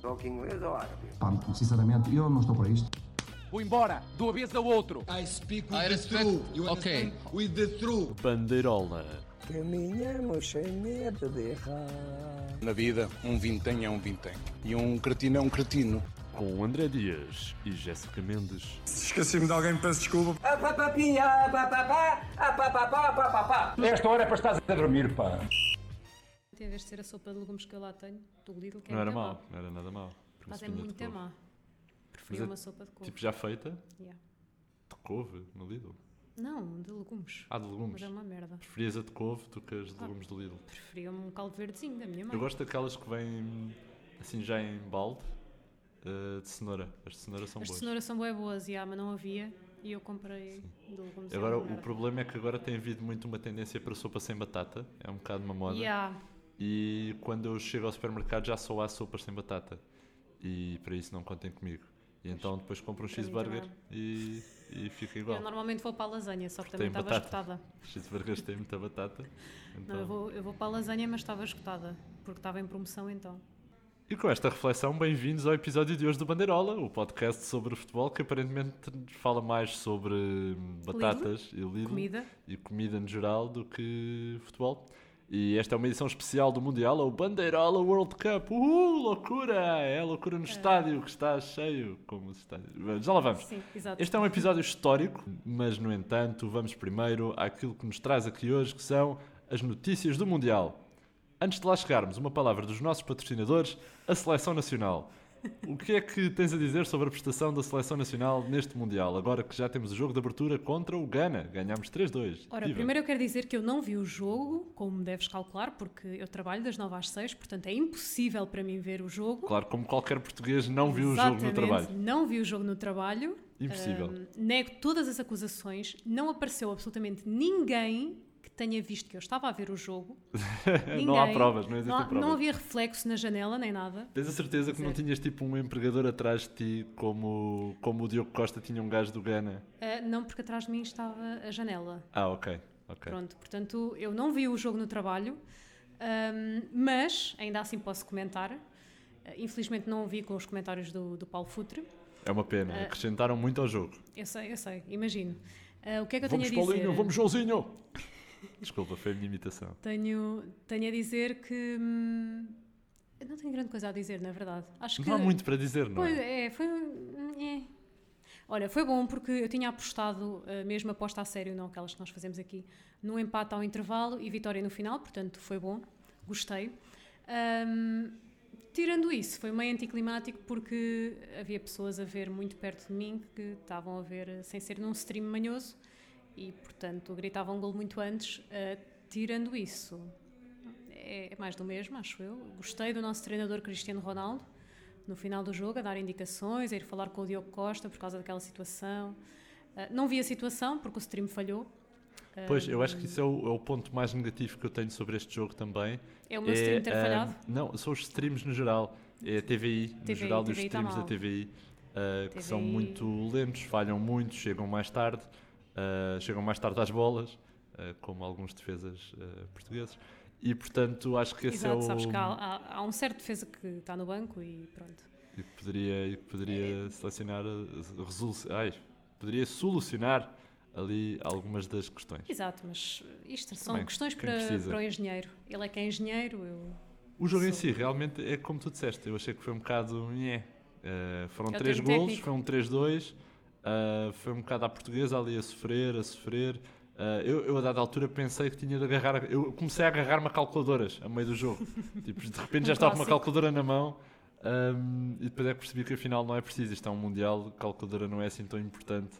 toque inglês ou árabe. Pá, sinceramente, eu não estou para isto. Vou embora, de uma vez ao outro. I speak with I the truth. You understand? Okay. With the truth. Bandeirola. Caminhamos sem medo de errar. Na vida, um vintém é um vintém. E um cretino é um cretino. Com André Dias e Jéssica Mendes. Se esqueci-me de alguém, peço desculpa. A papapinha, a papapá, a papapá, a papapá. Esta hora é para estar a dormir, pá. Em vez de ser a sopa de legumes que eu lá tenho, do Lidl, que é Não era muito mau, não era nada mau. Mas é muito má. Preferia uma sopa de couve. Tipo, já feita? Yeah. De couve, no Lidl. Não, de legumes. Ah, de legumes. Mas é Ah. uma merda. Preferias a de couve do que as de legumes do Lidl. Preferia um caldo verdezinho da minha mãe. Eu gosto daquelas que vêm assim já em balde eh, de cenoura. As de cenoura são As de boas. cenoura são bem boas, yeah, mas não havia e eu comprei de legumes. Agora, é o uma merda. problema é que agora tem havido muito uma tendência para sopa sem batata. É um bocado uma moda. Yeah. E quando eu chego ao supermercado já só há sopas sem batata. E para isso não contem comigo. E então depois compro um mim cheeseburger também. e, e fica igual. é Eu normalmente vou para a lasanha, só que também Tem estava batata. escutada. Cheeseburgers têm muita batata. Então... Não, eu vou, eu vou para a lasanha, mas estava escutada, porque estava em promoção então. E com esta reflexão, bem-vindos ao episódio de hoje do Bandeirola, o podcast sobre futebol que aparentemente fala mais sobre hum, batatas e Lidl Comida. e comida no geral do que futebol. E esta é uma edição especial do Mundial, é o Bandeirola World Cup. Uhul, loucura! É loucura no estádio que está cheio, como se está. Já lá vamos. Sim, exato. Este é um episódio histórico, mas no entanto, vamos primeiro àquilo que nos traz aqui hoje, que são as notícias do Mundial. Antes de lá chegarmos, uma palavra dos nossos patrocinadores, a Seleção Nacional. O que é que tens a dizer sobre a prestação da Seleção Nacional neste Mundial, agora que já temos o jogo de abertura contra o Ghana? Ganhámos 3-2. Ora, Viva. primeiro eu quero dizer que eu não vi o jogo, como deves calcular, porque eu trabalho das 9 às 6, portanto é impossível para mim ver o jogo. Claro, como qualquer português não viu o jogo no Exatamente, trabalho. Não vi o jogo no trabalho. Impossível. Ahm, nego todas as acusações. Não apareceu absolutamente ninguém que tenha visto que eu estava a ver o jogo. não há Ninguém. provas, não existem não, há- provas. não havia reflexo na janela nem nada. Tens a certeza que não tinhas tipo um empregador atrás de ti, como, como o Diogo Costa tinha um gajo do Ghana? Ah, não, porque atrás de mim estava a janela. Ah, ok. ok. Pronto, portanto, eu não vi o jogo no trabalho, ahm, mas ainda assim posso comentar. Ah, Infelizmente não o vi com os comentários do, do Paulo Futre. É uma pena. Acrescentaram muito ao jogo. Eu sei, eu sei, imagino. Ah, o que é que eu Vamos, tenho a dizer? Paulinho, vamos, Joãozinho! Desculpa, foi a minha imitação. Tenho, tenho a dizer que. hum, eu não tenho grande coisa a dizer, na verdade. Acho que. Não há muito para dizer, não Pois é? é, foi. É. Olha, foi bom porque eu tinha apostado, a mesma aposta a sério, não aquelas que nós fazemos aqui, no empate ao intervalo e vitória no final, portanto foi bom, gostei. Hum, tirando isso, foi meio anticlimático porque havia pessoas a ver muito perto de mim que estavam a ver eh, sem ser num stream manhoso e, portanto, gritavam um gol muito antes. Eh, tirando isso, é é mais do mesmo, acho eu. Gostei do nosso treinador Cristiano Ronaldo, no final do jogo, a dar indicações, a ir falar com o Diogo Costa por causa daquela situação. Ah, não vi a situação, porque o stream falhou. Pois, eu Hum. acho que isso é o, é o ponto mais negativo que eu tenho sobre este jogo também. É o meu stream ter ah, falhado? Não, são os streams no geral. É a TVI, no TVI, geral, dos TVI tá streams da mal. TVI, ah, que são TVI. muito lentos, falham muito, chegam mais tarde, ah, chegam mais tarde às bolas, ah, como alguns defesas ah, portugueses. E, portanto, acho que esse Exato, é o... sabes que há, há- há um certo defesa que está no banco e pronto. E que poderia, e que poderia selecionar, eh, resolu- ai, poderia solucionar ali algumas das questões. Exato, mas isto são Também, questões quem para, precisa? para o engenheiro. Ele é que é engenheiro, eu. O jogo em si, realmente, é como tu disseste, eu achei que foi um bocado. nhé. Eh, foram É o três termo golos, técnico. foi um 3-2, ah, foi um bocado à portuguesa ali a sofrer, a sofrer. Ah, eu, eu, a dada altura, pensei que tinha de agarrar. Eu comecei a agarrar-me a calculadoras a meio do jogo. tipo, de repente já Um estava com uma clássico. calculadora na mão. ahm, e depois é que percebi que afinal não é preciso. Isto é um mundial, calculadora não é assim tão importante.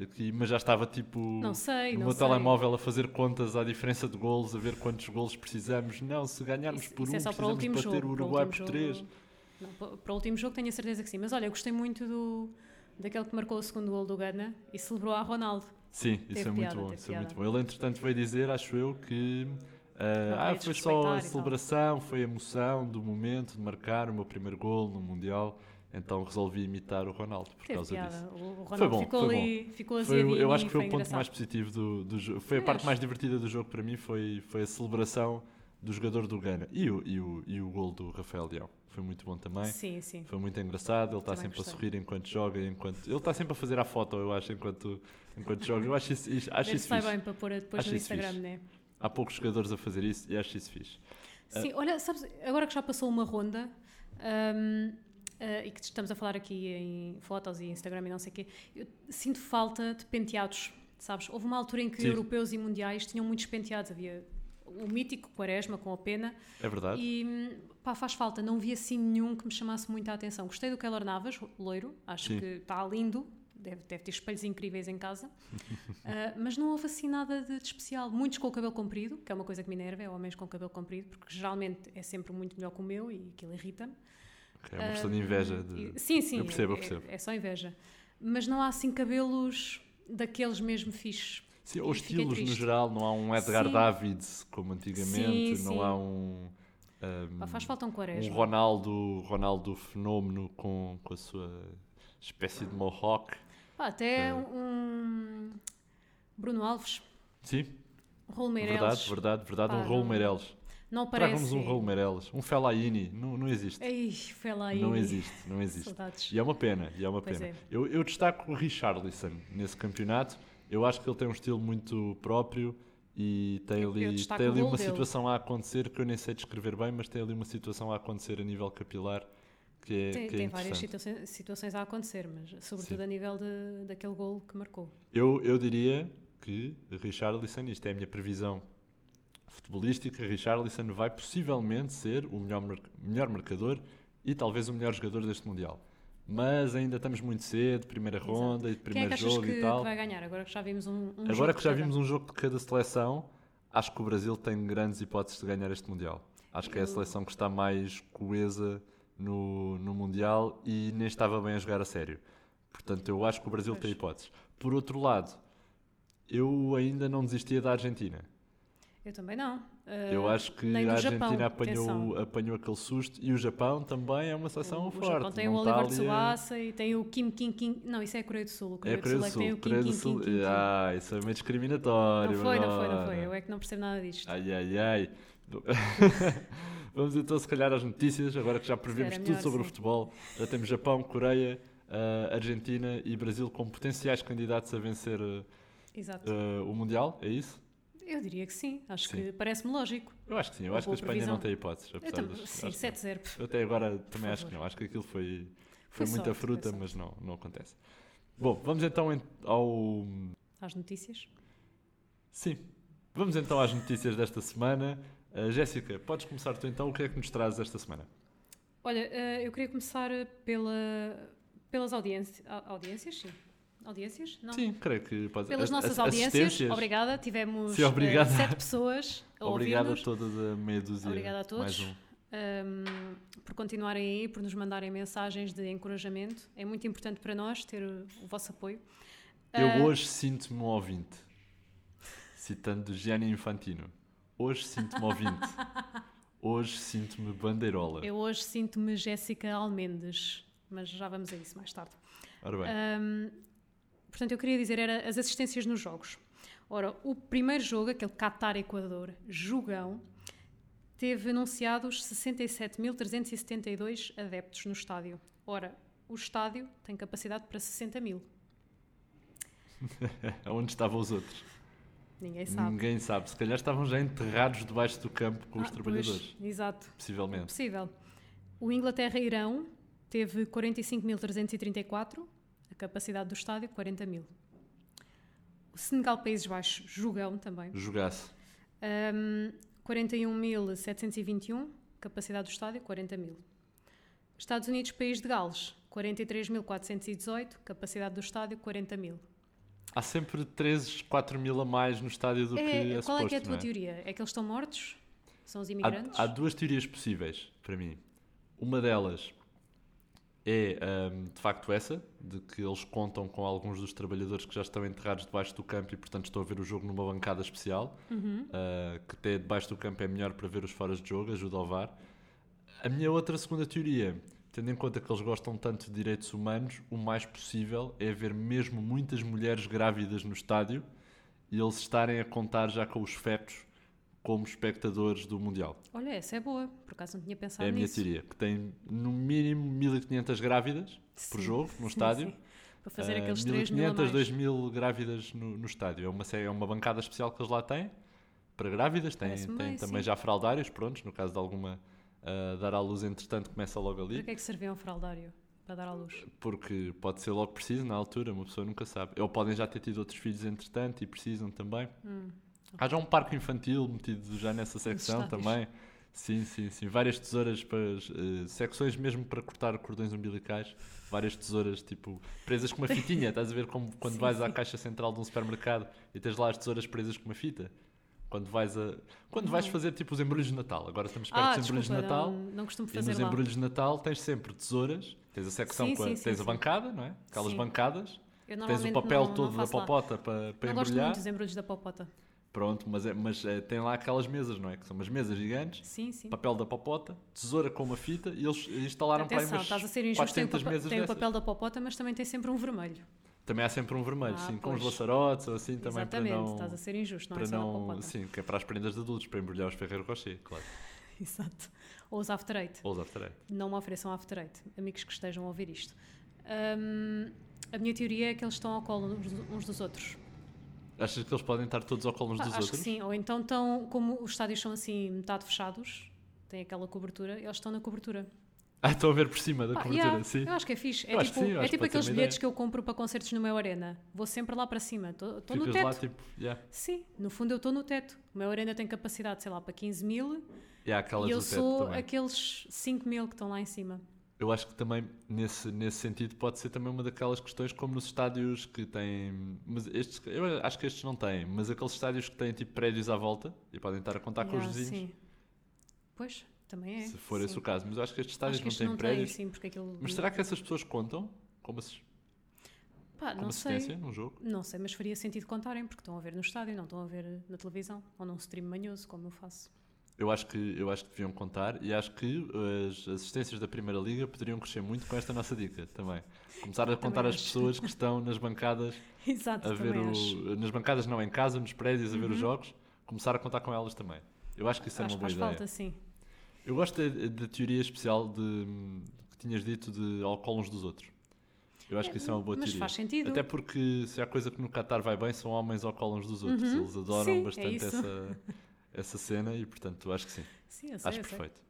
Aqui, mas já estava tipo Não sei, no não meu sei. telemóvel a fazer contas à diferença de golos, a ver quantos golos precisamos. Não, se ganharmos Isso- por isso um, é só para o precisamos último bater jogo. o para o Uruguai por último três. jogo- Não, pa- para o último jogo tenho a certeza que sim. Mas olha, eu gostei muito do, daquele que marcou o segundo gol do Gana e celebrou a Ronaldo. Sim, isso é muito piada, bom, teve isso é muito piada. bom. Ele entretanto veio dizer, acho eu, que ah, Não, ah, é foi desrespeitar só e a tal. celebração, foi a emoção do momento de marcar o meu primeiro gol no Mundial, então resolvi imitar o Ronaldo por Teve causa piada. disso. O- O Ronaldo Foi bom, ficou foi ali, bom. ficou Foi o- azedinho eu acho e que foi, foi o ponto engraçado. mais positivo do, do jogo. Foi a Eu parte acho. mais divertida do jogo para mim, foi, foi a celebração do jogador do Ghana e o, e o, e o gol do Rafael Leão. foi muito bom também. Sim, sim. Foi muito engraçado, ele está Também sempre a gostei. sorrir enquanto joga, enquanto... ele está sempre a fazer a foto, eu acho, enquanto, enquanto joga. Eu acho isso, isso- acho Deve isso estar fixe. bem para pôr depois Acho no isso fixe. Instagram, né? Há poucos jogadores a fazer isso e acho isso fixe. Sim, olha, sabes, agora que já passou uma ronda hum, eh, e que estamos a falar aqui em fotos e Instagram e não sei o quê, eu sinto falta de penteados, sabes? Houve uma altura em que Sim. europeus e mundiais tinham muitos penteados, havia o mítico Quaresma com a pena É verdade. e hum, pá, faz falta, não vi assim nenhum que me chamasse muito a atenção. Gostei do Keller Navas, loiro, acho Sim. que está lindo. Deve, deve ter espelhos incríveis em casa, Ah, mas não houve assim nada de, de especial. Muitos com o cabelo comprido, que é uma coisa que me enerva, é homens com o cabelo comprido, porque geralmente é sempre muito melhor que o meu e aquilo irrita-me. Ah, É uma questão de inveja. de- E- Sim, sim, Eu é, percebo, eu percebo. É, é só inveja. Mas não há assim cabelos daqueles mesmo fixos. Sim, ou E fiquei estilos no triste. geral, não há um Edgar Sim. Davids como antigamente, Sim, não sim. há um, um, Pá, faz falta um um quaresma. Ronaldo, Ronaldo fenómeno com, com a sua espécie de mohawk. Pá, É. até um Bruno Alves, Sim, Rolmeireles. verdade, verdade, verdade, Pá, um Raul não- Meireles. Não Tragam-nos parece. um Raul Meireles, um Fellaini, não, não existe. Ei, foi lá aí. Não existe, não existe. Saudades. E é uma pena, e é uma Pois pena. é. Eu, eu destaco o Richarlison nesse campeonato. Eu acho que ele tem um estilo muito próprio e tem Eu- eu ali, destaco tem o ali gol uma dele. situação a acontecer que eu nem sei descrever bem, mas tem ali uma situação a acontecer a nível capilar que é, Tem, que é tem várias interessante. situações, situações a acontecer, mas sobretudo Sim. a nível de, daquele gol que marcou. é Eu, eu diria que Richarlison, isto é a minha previsão futebolística, Richarlison vai possivelmente ser o melhor, mar- melhor marcador e talvez o melhor jogador deste Mundial. Mas ainda estamos muito cedo, primeira ronda e Quem é primeiro que achas jogo que, e que tal. vai ganhar? Agora que já vimos um, um Agora jogo que já de cada- vimos um jogo de cada seleção, acho que o Brasil tem grandes hipóteses de ganhar este Mundial. Acho que é a seleção que está mais coesa no, no Mundial e nem estava bem a jogar a sério. Portanto, eu acho que o Brasil tem hipóteses. Por outro lado, eu ainda não desistia da Argentina. Eu também não. Ah, Eu acho que nem do a Japão, Argentina atenção. apanhou, apanhou aquele susto e o Japão também é uma seleção O forte. Japão tem o não está Oliver ali a- Tsubasa e tem o Kim Kim Kim. Não, isso é a Coreia do Sul. O É Coreia a Coreia do é que tem Sul. o Kim Coreia do Kim Kim Sul. Kim. Kim. Ah, isso é meio Não discriminatório. foi, não foi, não agora. foi. Eu é que não percebo nada disto. Ai, ai, ai. Vamos então, se calhar, às notícias, agora que já previmos Era tudo é melhor, sobre o sim. futebol. Já temos Japão, Coreia, eh, Argentina e Brasil como potenciais candidatos a vencer eh, Exato. eh, o Mundial, é isso? Eu diria que sim. Acho Sim. que parece-me lógico. Eu acho que sim, eu Uma acho que a boa Espanha previsão. não tem hipóteses, Eu apesar também, das... sim, acho que não. 7-0. Eu até agora também acho que favor. não, acho que aquilo foi, Foi foi, muita sorte, foi fruta, sorte. mas não, não acontece. Bom, vamos então ent- ao... Às notícias. Sim, vamos então às notícias desta semana. Eh, Jéssica, podes começar tu então, o que é que nos traz esta semana? Olha, eh, eu queria começar pela, pelas audiência, au- audiências, sim. Audiências? Não. Sim, creio que pode Pelas as- nossas as- audiências, assistências. obrigada. Tivemos Sim, obrigado. eh, sete pessoas a Obrigado a ouvir-nos. todas a meia dúzia. Obrigada a todos. Mais um. Ahm, ehm, por continuarem aí, por nos mandarem mensagens de encorajamento. É muito importante para nós ter o, o vosso apoio. Ah. Eh, Eu hoje sinto-me um ouvinte. Citando Gianni Infantino. Hoje sinto-me um ouvinte. Hoje sinto-me bandeirola. Eu hoje sinto-me Jéssica Almendes, mas já vamos a isso mais tarde. Ora bem, Ahm, portanto, eu queria dizer era as assistências nos jogos. Ora, o primeiro jogo, aquele Qatar-Equador, jogão, teve anunciados 67.372 adeptos no estádio. Ora, o estádio tem capacidade para 60 mil. onde estavam os outros? Ninguém ah, sabe. Ninguém sabe. Se calhar estavam já enterrados debaixo do campo com Ah, os trabalhadores. Pois, exato. É Possivelmente. possível. O Inglaterra-Irão teve 45.334, a capacidade do estádio 40 mil. O Senegal-Países Baixos, jogão também. Jogasse. Um, 41.721, capacidade do estádio, 40 mil. Estados Unidos, país de Gales, 43.418, capacidade do estádio, 40 mil. Há sempre 13, 4 mil a mais no estádio do que é É, qual é que é a suposto, tua não teoria? É que eles estão mortos? São os imigrantes? Há, há duas teorias possíveis para mim. Uma delas é ahm, de facto essa, de que eles contam com alguns dos trabalhadores que já estão enterrados debaixo do campo e, portanto, estão a ver o jogo numa bancada especial, ah, que até debaixo do campo é melhor para ver os foras de jogo, ajuda ao VAR. A minha outra segunda teoria, tendo em conta que eles gostam tanto de direitos humanos, o mais possível é haver mesmo muitas mulheres grávidas no estádio e eles estarem a contar já com os fetos como espectadores do Mundial. Olha, essa é boa, por acaso não tinha pensado É a minha Tá nisso. teoria, que tem no mínimo 1500 grávidas por Sim, jogo sim, no estádio. sim. Para fazer Eh, aqueles 3 mil a 1500, mais. 2000 grávidas no, no estádio. É uma, sé- é uma bancada especial que eles lá têm para grávidas. Tem, Parece-me tem bem, também sim. já fraldários, prontos. No caso de alguma eh, dar à luz, entretanto, começa logo ali. Para que é que servia um fraldário? Para dar à luz. Porque pode ser logo preciso na altura, uma pessoa nunca sabe. Ou podem já ter tido outros filhos entretanto e precisam também. Hum, Há já um parque infantil metido já nessa secção estádios. também. Sim, sim, sim. Várias tesouras para. as, eh, secções mesmo para cortar cordões umbilicais. Várias tesouras, tipo, presas com uma fitinha. Estás a ver como quando vais à caixa central de um supermercado e tens lá as tesouras presas com uma fita? Quando vais a. Quando vais fazer tipo os embrulhos de Natal. Agora estamos perto Ah, dos embrulhos desculpa, de Natal. não- não costumo e fazer nos mal. embrulhos de Natal tens sempre tesouras. Tens a secção Sim, com a, sim, sim, tens a sim. bancadas, não é? Aquelas Sim. bancadas. Eu Tens o normalmente papel não- não todo da faço lá. popota para, para Não gosto embrulhar. muito dos embrulhos da popota. Pronto, mas, é, mas é, tem lá aquelas mesas, não é? Que são umas mesas gigantes, Sim, sim. papel da popota, tesoura com uma fita e eles instalaram para aí Atenção, umas estás a ser injusto. Tem, o 400 papel, mesas tem o dessas. papel da popota, mas também tem sempre um vermelho. Também há sempre um vermelho, Ah, sim, com os pois. laçarotes ou assim também Exatamente, para não... estás a ser injusto, não é para só da não, popota. sim, que é para as prendas de adultos, para embrulhar os Ferreiro Rocher, claro. Exato. Ou os after eight. Ou os After Eight. Não me ofereçam after eight, amigos que estejam a ouvir isto. Hum, a minha teoria é que eles estão ao colo uns, uns dos outros. Achas que eles podem estar todos ao colo uns Pá, dos acho outros? que sim, ou então estão, como os estádios são assim metade fechados, têm aquela cobertura, eles estão na cobertura. Ah, estão a ver por cima da Pá, cobertura, yeah, sim. Eu acho que é fixe. Eu É acho tipo, que sim, eu é acho que tipo pode ser aqueles uma bilhetes ideia. que eu compro para concertos no meu arena. Vou sempre lá para cima, estou no Ficas teto. lá, tipo, yeah. Sim, no fundo eu estou no teto. O meu arena tem capacidade, sei lá, para 15 mil E há aquelas e eu do teto sou também. aqueles 5 mil que estão lá em cima. Eu acho que também, nesse, nesse sentido, pode ser também uma daquelas questões como nos estádios que têm. Mas estes, eu acho que estes não têm, mas aqueles estádios que têm tipo prédios à volta e podem estar a contar com os Yeah, vizinhos, Sim. Pois, também é. se for sim. esse o caso. Mas eu acho que estes estádios Acho que não este têm não tem, prédios. sim, porque aquilo. Mas será que essas pessoas contam como, assis- Pá, como não assistência sei. num jogo? Não sei, mas faria sentido contarem, porque estão a ver no estádio, não estão a ver na televisão, ou num stream manhoso, como eu faço. Eu acho, que, eu acho que deviam contar e acho que as assistências da Primeira Liga poderiam crescer muito com esta nossa dica também. Começar a contar as acho. pessoas que estão nas bancadas Exato, a ver também o, acho. Uhum. nas bancadas não, em casa, nos prédios, a ver os jogos, começar a contar com elas também. Eu acho que isso acho é que uma boa faz ideia. falta, sim. Eu gosto da- da teoria especial de que tinhas dito de ao colo uns dos outros. Eu acho que isso é uma boa mas teoria. faz sentido. Até porque se há coisa que no Qatar vai bem são homens ao colo uns dos outros. Eles adoram Sim, é bastante isso. essa, essa cena e portanto eu acho que sim. Sim, eu sei, Acho eu sei. perfeito.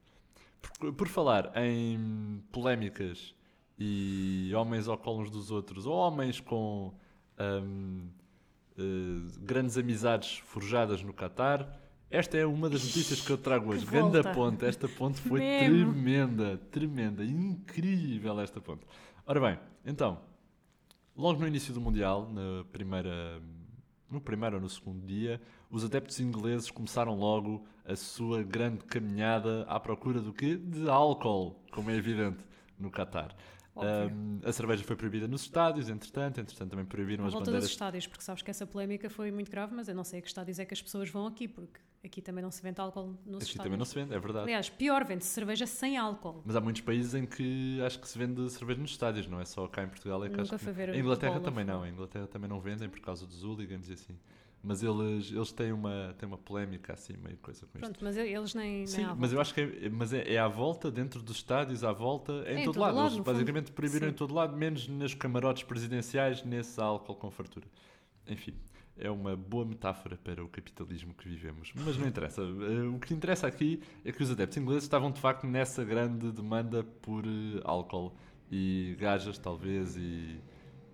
Por, por falar em polémicas e homens ao colo uns dos outros, ou homens com hum, eh, grandes amizades forjadas no Qatar, esta é uma das notícias que eu trago hoje. Grande volta. ponte, esta ponte foi Mesmo. tremenda, tremenda, incrível esta ponte. Ora bem, então, logo no início do Mundial, na primeira, no primeiro ou no segundo dia, os adeptos ingleses começaram logo a sua grande caminhada à procura do quê? De álcool, como é evidente no Qatar. Óbvio. Ahm, a cerveja foi proibida nos estádios, entretanto, entretanto também proibiram À as volta dos bandeiras. estádios, porque sabes que essa polémica foi muito grave, mas eu não sei a que estádios é que as pessoas vão aqui, porque aqui também não se vende álcool nos Aqui estádios. também não se vende, é verdade. Aliás, pior, vende-se cerveja sem álcool. Mas há muitos países em que acho que se vende cerveja nos estádios, não é só cá em Portugal. É que Nunca acho que... fui ver A Inglaterra futebol lá também fora. não, a Inglaterra também não vendem por causa dos hooligans e assim. Mas eles, eles têm, uma, têm uma polémica assim, meio coisa com isto. Pronto, mas e- eles nem. Sim, nem há mas eu volta. acho que é, mas é, é à volta, dentro dos estádios, à volta, é em, todo, lado. no Eles fundo. basicamente proibiram em Sim. todo lado, menos nos camarotes presidenciais, nesse álcool com fartura. Enfim, é uma boa metáfora para o capitalismo que vivemos. Mas não interessa. Eh, O que interessa aqui é que os adeptos ingleses estavam de facto nessa grande demanda por eh, álcool e gajas, talvez, e,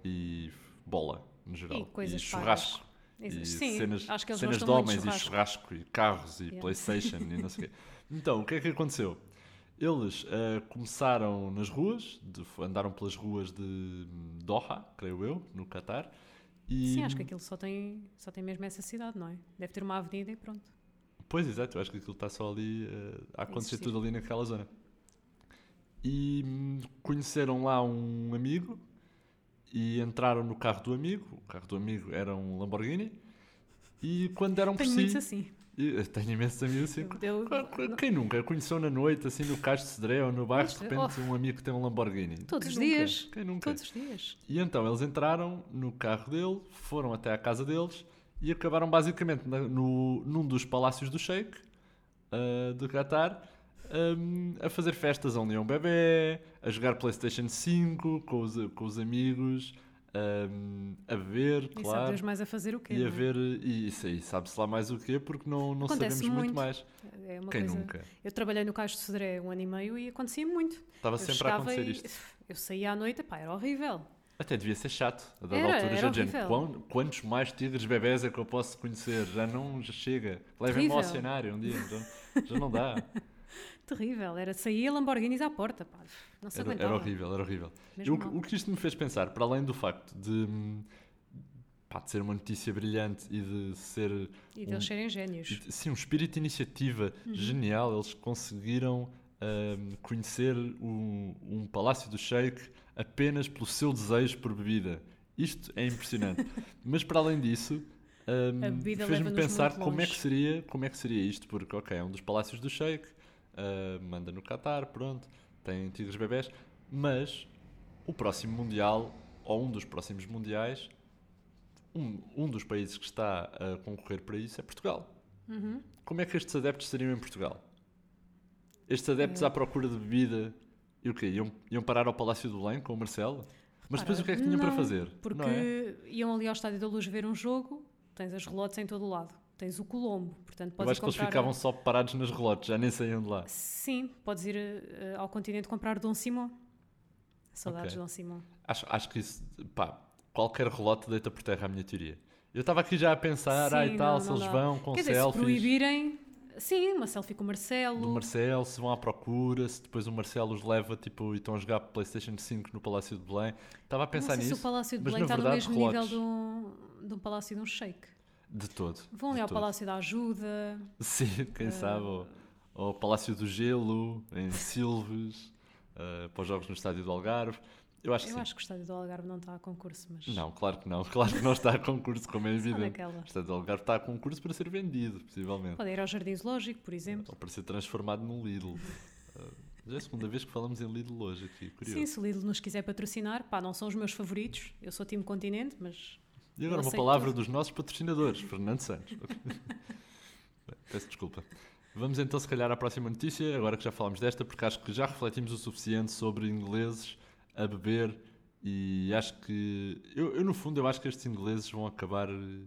e bola, no geral. E coisas churrasco. pagas. Ex- E Sim, cenas, acho que eles cenas de gostam muito homens de e churrasco e carros e Yeah. Playstation e não sei o quê. Então, o que é que aconteceu? Eles ah, começaram nas ruas, de- andaram pelas ruas de hum, Doha, creio eu, no Qatar. E, Sim, acho que aquilo só tem, só tem mesmo essa cidade, não é? Deve ter uma avenida e pronto. Pois, exato, eu acho que aquilo está só ali eh, a acontecer Existir. tudo ali naquela zona. E hum, conheceram lá um amigo e entraram no carro do amigo. O carro do amigo era um Lamborghini. E quando deram por Tenho si. muitos assim. E Eu tenho imensos amigos assim. Eu- Qu- qu- Quem nunca conheceu na noite, assim no Castro de Cedré ou no bairro, de Pois, oh. repente um amigo que tem um Lamborghini? Todos os Quem nunca? dias. Quem nunca? Todos os dias. E então eles entraram no carro dele, foram até à casa deles e acabaram basicamente na- no, num dos palácios do Sheikh ah, do Qatar hum, a fazer festas a um leão bebê, a jogar PlayStation 5 com os, com os amigos, hum, a E ver, sabe Deus claro. mais a fazer o quê? E não a é? ver, e isso aí, sabe-se lá mais o quê, porque não, não Acontece sabemos muito, muito. mais. É uma Quem coisa- nunca? Eu trabalhei no Cais de Sodré um ano e meio e acontecia muito. Estava eu sempre a chegava acontecer e- isto. Eu saía à noite, pá, era horrível. Até devia ser chato, a dada Era, altura, era já dizendo, horrível. "Quão- quantos mais tigres bebés é que eu posso conhecer? Já não, já chega. Levem-me ao Terrível. cenário um dia, já, já não dá. Terrível. Era saía Lamborghinis à porta, pá. Não se Era, aguentava. era horrível, era horrível. E Mesmo o, que- mal. o que isto me fez pensar, para além do facto de, hum, pá, de ser uma notícia brilhante e de ser E deles Hum. serem génios. e de- sim, um espírito de iniciativa Uhum. genial, eles conseguiram hum, conhecer o- um palácio do Sheik apenas pelo seu desejo por bebida. Isto é impressionante. Mas para além disso, hum, A bebida fez-me leva-nos pensar muito como é longe. que seria, como é que seria isto, porque ok, é um dos palácios do Sheik, ah, manda no Qatar, pronto, tem tigres bebés, mas o próximo mundial ou um dos próximos mundiais, um, um dos países que está a concorrer para isso é Portugal. Como é que estes adeptos seriam em Portugal? Estes adeptos à procura de bebida e o quê? Iam, iam parar ao Palácio do Belém com o Marcelo? Mas depois Ora, o que é que tinham para não, fazer? Porque Não é? iam ali ao Estádio da Luz ver um jogo, tens as relotes em todo o lado. Tens o Colombo, portanto podes Eu acho ir que eles comprar- né? ficavam só parados nas relotes, já nem saíam de lá. Sim, podes ir eh, ao continente comprar Dom Simão. Saudades de Ok. Dom Simão. Acho, acho que isso, pá, qualquer relote deita por terra a minha teoria. Eu estava aqui já a pensar, Sim, ai tal, não, se não eles dá. vão com Quer dizer, se selfies proibirem, sim, uma selfie com o Marcelo. do Marcelo, se vão à procura, se depois o Marcelo os leva tipo, e estão a jogar PlayStation 5 no Palácio de Belém. Estava a não pensar sei nisso. se o Palácio de mas Belém na está no verdade, mesmo relotes. nível de um, de um palácio de um shake. De todo. Vão de ali ao todo. Palácio da Ajuda, Sim, quem sabe. Ou, ou ao Palácio do Gelo, em Silves, eh, para os jogos no Estádio do Algarve. Eu acho que Eu sim. acho que o Estádio do Algarve não está a concurso, mas. Não, claro que não. Claro que não está a concurso, como é evidente. naquela. O Estádio do Algarve está a concurso para ser vendido, possivelmente. Pode ir ao Jardim Zoológico, por exemplo. Ou para ser transformado num Lidl. Eh, já é a segunda vez que falamos em Lidl hoje aqui, curioso. Sim, se o Lidl nos quiser patrocinar, pá, não são os meus favoritos. Eu sou time continente, mas. E Eu agora uma aceito palavra tudo. dos nossos patrocinadores, Fernando Santos. Bem, Peço desculpa. Vamos então, se calhar, à próxima notícia, agora que já falámos desta, porque acho que já refletimos o suficiente sobre ingleses a beber e acho que. Eu, eu, no fundo, eu acho que estes ingleses vão acabar eh,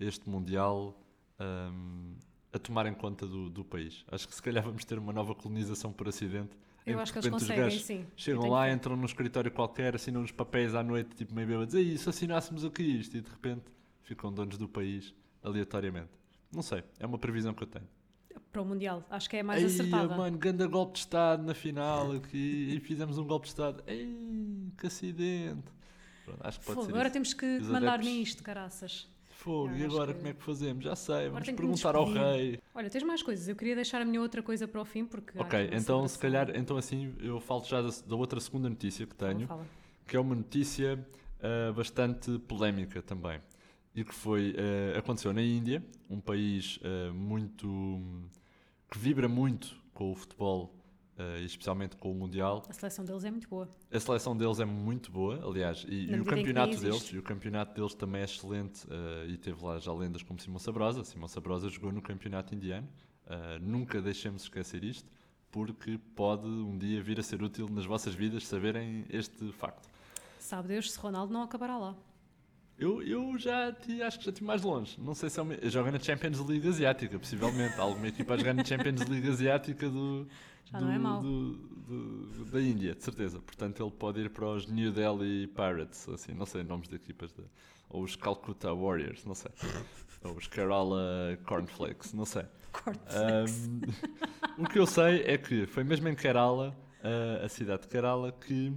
este Mundial hum, a tomar em conta do, do país. Acho que, se calhar, vamos ter uma nova colonização por acidente. em Eu acho que eles de repente os conseguem, gajos sim. Eu Chegam tenho lá, fé. entram num escritório qualquer, assinam uns papéis à noite, tipo meio bêbados, e se assinássemos aqui isto, e de repente ficam donos do país aleatoriamente. Não sei, é uma previsão que eu tenho. Para o Mundial, acho que é a mais Ei, acertada. mano, ganda golpe de Estado na final aqui, e fizemos um golpe de Estado. Ei, que acidente. Pronto, acho que pode Fogo, ser agora isso. temos que Os mandar adeptos- nisto, caraças. Fogo, Eu e acho agora que- como é que fazemos? Já sei, vamos tem que nos perguntar ao despedir. rei. Olha, tens mais coisas. Eu queria deixar a minha outra coisa para o fim, porque. há Ok, aqui uma então se separação. calhar, então assim eu falo já da, da outra segunda notícia que tenho. Fala, fala. que é uma notícia ah, bastante polémica também. E que foi, ah, aconteceu na Índia, um país ah, muito. que vibra muito com o futebol, ah, e especialmente com o Mundial. A seleção deles é muito boa. A seleção deles é muito boa, aliás, e, e Na medida em o que nem campeonato existe. deles, e o campeonato deles também é excelente eh, e teve lá já lendas como Simão Sabrosa. Simão Sabrosa jogou no campeonato indiano. Eh, nunca deixemos esquecer isto, porque pode um dia vir a ser útil nas vossas vidas saberem este facto. Sabe Deus se Ronaldo não acabará lá. Eu, eu já ti- acho que já estive mais longe. Não sei se é uma, joga na Champions League Asiática, possivelmente. Alguma equipa a jogar na Champions League Asiática do, Já não é mau. do- do- da Índia, de certeza. Portanto, ele pode ir para os New Delhi Pirates, assim, não sei nomes de equipas. da- ou os Calcutta Warriors, não sei. ou os Kerala Cornflakes, não sei. Cortes. Ahm, o que eu sei é que foi mesmo em Kerala, ah, a cidade de Kerala, que.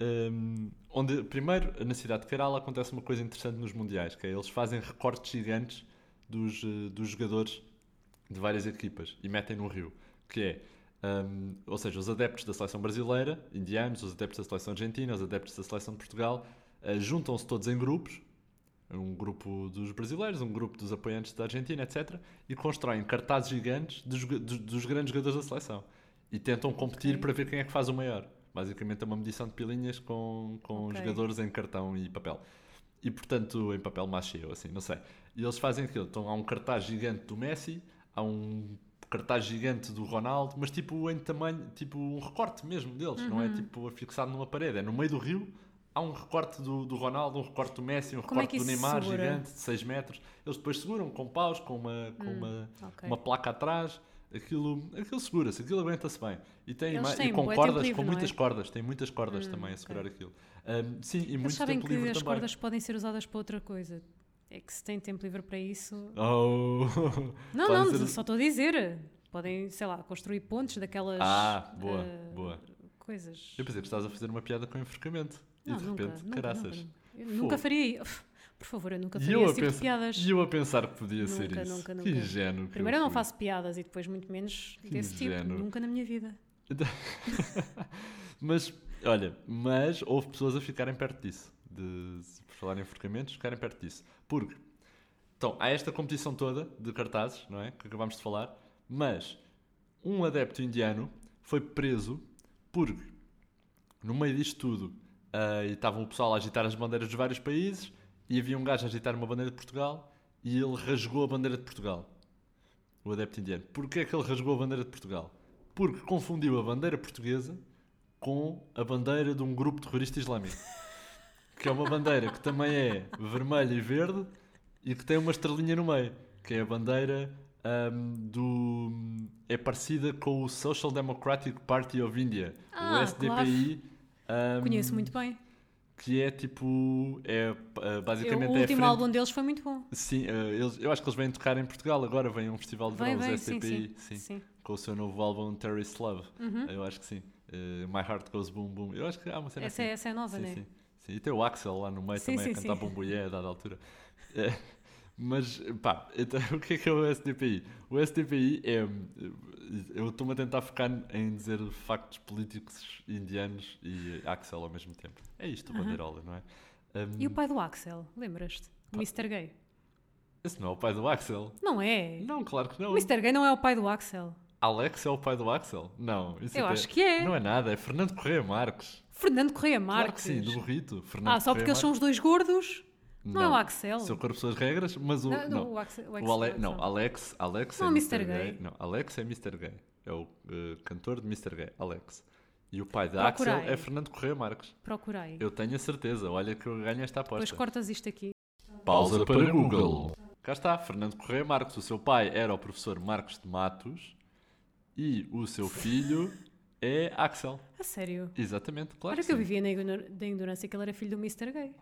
ahm, onde, primeiro, na cidade de Kerala acontece uma coisa interessante nos mundiais, que é eles fazem recortes gigantes dos, eh, dos jogadores de várias equipas e metem no rio. Que é. ahm, ou seja, os adeptos da seleção brasileira, indianos, os adeptos da seleção argentina, os adeptos da seleção de Portugal, ah, juntam-se todos em grupos um grupo dos brasileiros, um grupo dos apoiantes da Argentina, etc. E constroem cartazes gigantes dos, joga- dos- dos grandes jogadores da seleção. E tentam competir para ver quem é que faz o maior. Basicamente é uma medição de pilinhas com, com Ok. jogadores em cartão e papel. e portanto em papel machê ou assim, não sei. E eles fazem aquilo, então há um cartaz gigante do Messi, há um cartaz gigante do Ronaldo, mas tipo em tamanho, tipo um recorte mesmo deles, não Uhum. é tipo fixado numa parede, é no meio do rio, há um recorte do, do Ronaldo, um recorte do Messi, um Como é que recorte do isso se Neymar segura? gigante de 6 metros, eles depois seguram com paus, com uma, com uma, Hum, ok. uma placa atrás, aquilo, aquilo segura-se, aquilo aguenta-se bem. E tem Eles ima- têm e com bué tempo cordas, livre, com não é? Hum, muitas cordas, tem muitas cordas também a segurar aquilo. Ahm, sim, e muito Eles sabem tempo que as livre também. cordas podem ser usadas para outra coisa. É que se tem tempo livre para isso. Oh. Não, Podem não, ser- assim. só estou a dizer. Podem, sei lá, construir pontes daquelas. Ah, boa, eh, boa. Coisas. Eu pensei que estás a fazer uma piada com enforcamento. Não, e de nunca, repente, nunca, caraças. Nunca, Eu Fogo. nunca faria. isso. Por favor, eu nunca E faria eu, a esse tipo de pensar, piadas. e eu a pensar que podia nunca, ser nunca, isso. nunca, que ingênuo. que eu Primeiro eu não fui. faço piadas e depois muito menos desse ingênuo. tipo. Nunca na minha vida. Mas, olha, mas houve pessoas a ficarem perto disso. De, se por falar em enforcamentos, ficarem perto disso. Porque, então, há esta competição toda de cartazes, não é? Que acabámos de falar. Mas, um adepto indiano foi preso porque, no meio disto tudo, ah, e estavam o pessoal a agitar as bandeiras dos vários países, e havia um gajo a agitar uma bandeira de Portugal, e ele rasgou a bandeira de Portugal. O adepto indiano. Porquê é que ele rasgou a bandeira de Portugal? Porque confundiu a bandeira portuguesa com a bandeira de um grupo terrorista islâmico. Que é uma bandeira que também é vermelha e verde e que tem uma estrelinha no meio. Que é a bandeira ahm, do. É parecida com o Social Democratic Party of India, o Ah, SDPI. ahm, Conheço muito bem. Que é tipo. É, ah, Eu- basicamente o é a último frente- álbum deles foi muito bom. Sim, ah, eles- eu acho que eles vêm tocar em Portugal agora, vem um festival de Vem, verão, vem, os sim, SDPI. sim. sim. Uhum. Com o seu novo álbum Terrorist Love. Eu acho que sim. Eh, My Heart Goes Boom Boom. Eu acho que há uma cena Essa, assim. é, essa é nova, sim, não é? sim, sim. E tem o Axel lá no meio Sim, também sim, a cantar sim. bomboié a dada altura. Eh, mas, pá, então o que é que é o SDPI? O SDPI é. Eu estou-me a tentar focar em dizer factos políticos indianos e Axel ao mesmo tempo. É isto, o Bandeirola, não é? Um, E o pai do Axel, lembras-te? O Mr. Gay. Esse não é o pai do Axel? Não é? Não, claro que O não. Mr. Gay não é o pai do Axel. Alex é o pai do Axel? Não. isso Eu até- acho que é. Não é nada, é Fernando Correia Marques. Fernando Correia Claro Marques. que sim, do burrito. Fernando Ah, só Correia porque eles são os dois gordos? Não, é o Marques. Axel. Seu corpo, suas regras, mas o. Não, Não, não, o Axel- o O Axel, Ale- o não Axel. Alex, Alex Não, é Mr. Mr. Gay. Gay. Não, Alex é Mr. Gay. É o eh, cantor de Mr. Gay, Alex. E o pai de Procurei. Axel é Fernando Correia Marques. Procurei. Eu tenho a certeza, olha que eu ganho esta aposta. Depois cortas isto aqui. Pausa para Google. Cá está, Fernando Correia Marques. O seu pai era o professor Marcos de Matos e o seu filho é Axel. A sério. Exatamente, claro. Olha que que eu sim. vivia na, ignor- da ignorância que ele era filho do Mr. Gay.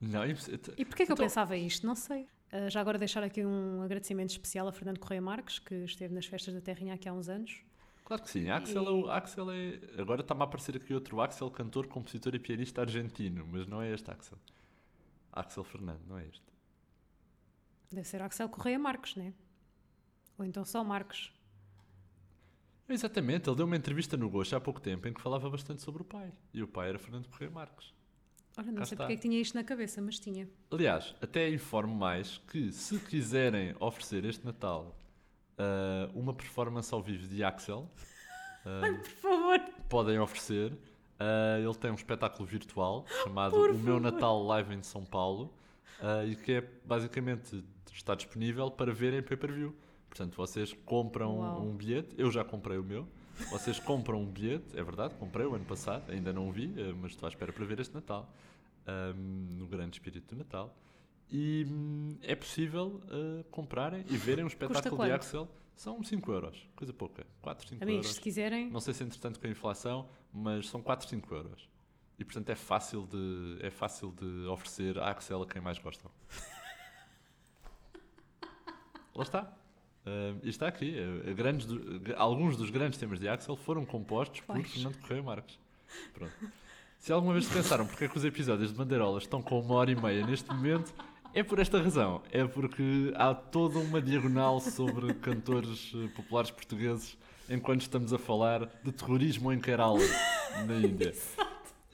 Não, é impossível. E porquê que eu pensava isto? Não sei. Ah, já agora deixar aqui um agradecimento especial a Fernando Correia Marques, que esteve nas festas da Terrinha aqui há uns anos. Claro que sim, Axel é, o, Axel é. Agora está-me a aparecer aqui outro Axel, cantor, compositor e pianista argentino, mas não é este Axel. Axel Fernando, não é este. Deve ser Axel Correia Marques, né? Ou então só Marques. Exatamente, ele deu uma entrevista no Gosto há pouco tempo em que falava bastante sobre o pai. E o pai era Fernando Correia Marques. Olha, não Cá sei está. porque é que tinha isto na cabeça, mas tinha. Aliás, até informo mais que se quiserem oferecer este Natal ah, uma performance ao vivo de Axel, ah, Por favor. podem oferecer. Ah, ele tem um espetáculo virtual chamado Por O Meu favor. Natal Live em São Paulo ah, e que é basicamente está disponível para ver em pay-per-view. Portanto, vocês compram Uau. um bilhete, eu já comprei o meu. Vocês compram um bilhete, é verdade, comprei o ano passado, ainda não o vi, eh, mas estou à espera para ver este Natal, ah, no grande espírito do Natal. E hum, é possível ah, comprarem e verem um espetáculo de quanto? Axel. São 5 euros, coisa pouca, 4, 5 Amigos, euros. se quiserem, Não sei se é entretanto com a inflação, mas são 4, 5 euros. E portanto é fácil de, é fácil de oferecer à Axel a quem mais gostam. Lá está. Ah, e está aqui. Ah, grandes do- gr- alguns dos grandes temas de Axel foram compostos por Pois. Fernando Correia Marques. Pronto. Se alguma vez se pensaram porque é que os episódios de Bandeirolas estão com uma hora e meia neste momento, é por esta razão. É porque há toda uma diagonal sobre cantores eh, populares portugueses enquanto estamos a falar de terrorismo em Kerala, na Índia.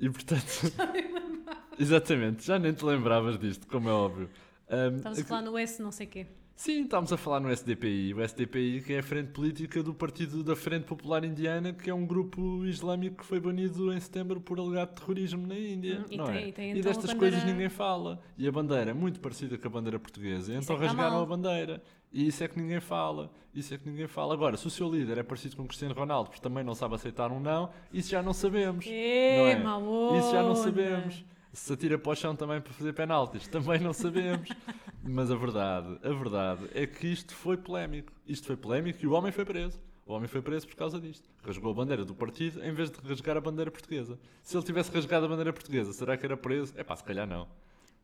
E portanto. Exatamente, já nem te lembravas disto, como é óbvio. Ahm, estamos a aqui- falar no S não sei quê. Sim, estamos a falar no SDPI. O SDPI que é a frente política do Partido da Frente Popular Indiana, que é um grupo islâmico que foi banido em setembro por alegado terrorismo na Índia. Hum, e não tem- é? e tem e então a destas bandeira- coisas ninguém fala. E a bandeira é muito parecida com a bandeira portuguesa. E então é que tá rasgaram mal. a bandeira. E isso é que ninguém fala. Isso é que ninguém fala. Agora, se o seu líder é parecido com o Cristiano Ronaldo, porque também não sabe aceitar um não, isso já não sabemos. Ê, não é? mau Isso já não onda. sabemos. Se atira para o chão também para fazer penaltis, também não sabemos. Mas a verdade, a verdade é que isto foi polémico. Isto foi polémico e o homem foi preso. O homem foi preso por causa disto. Rasgou a bandeira do partido em vez de rasgar a bandeira portuguesa. Se ele tivesse rasgado a bandeira portuguesa, será que era preso? É pá, se calhar não.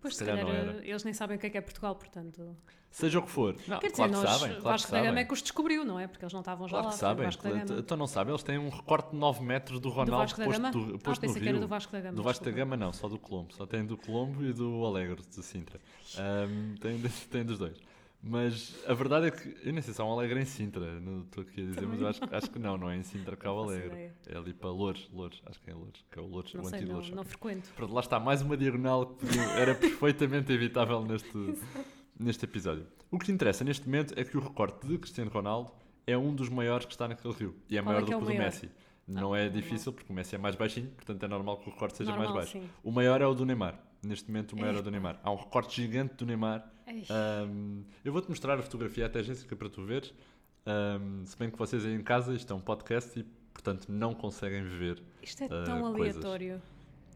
Pois, se se calhar calhar, não era. eles nem sabem o que é que é Portugal, portanto. Seja o que for. Não, Quer Ah, claro dizer, que nós, sabem, claro Vasco que da sabem. Gama é que os descobriu, não é? Porque eles não estavam já Claro lá. que foi o sabem. Vasco da Gama. Então não sabem, eles têm um recorte de 9 metros do Ronaldo Vasco da posto, Gama? do- Ah, posto no pensei Rio. que era do Vasco da Gama, Do Vasco da desculpa. Gama não, só do Colombo. Só tem do Colombo e do Alegre de Sintra. Ahm, tem, de- tem dos dois. Mas a verdade é que, eu nem sei se há um Alegre em Sintra, não estou aqui a dizer, mas eu acho, acho que não, não é em Sintra que há o Não faço Alegre. ideia. É ali para Loures, Loures, acho que é Loures, que é o Loures, Não o sei, antigo não, Loures. não frequento. Pronto, lá está mais uma diagonal que podia- era perfeitamente evitável neste, neste episódio. O que te interessa neste momento é que o recorte de Cristiano Ronaldo é um dos maiores que está naquele rio. E é Qual é maior que é do o que o do maior? Messi. Não é difícil, porque o Messi é mais baixinho, portanto é normal que o recorte seja Normal, mais baixo. sim. O maior é o do Neymar. Neste momento, o maior é o do Neymar. Há um recorte gigante do Neymar. Ei. Ahm, eu vou-te mostrar a fotografia até, Jéssica, para tu veres. Ahm, se bem que vocês aí em casa, isto é um podcast e, portanto, não conseguem ver. Isto é ah, tão coisas. aleatório.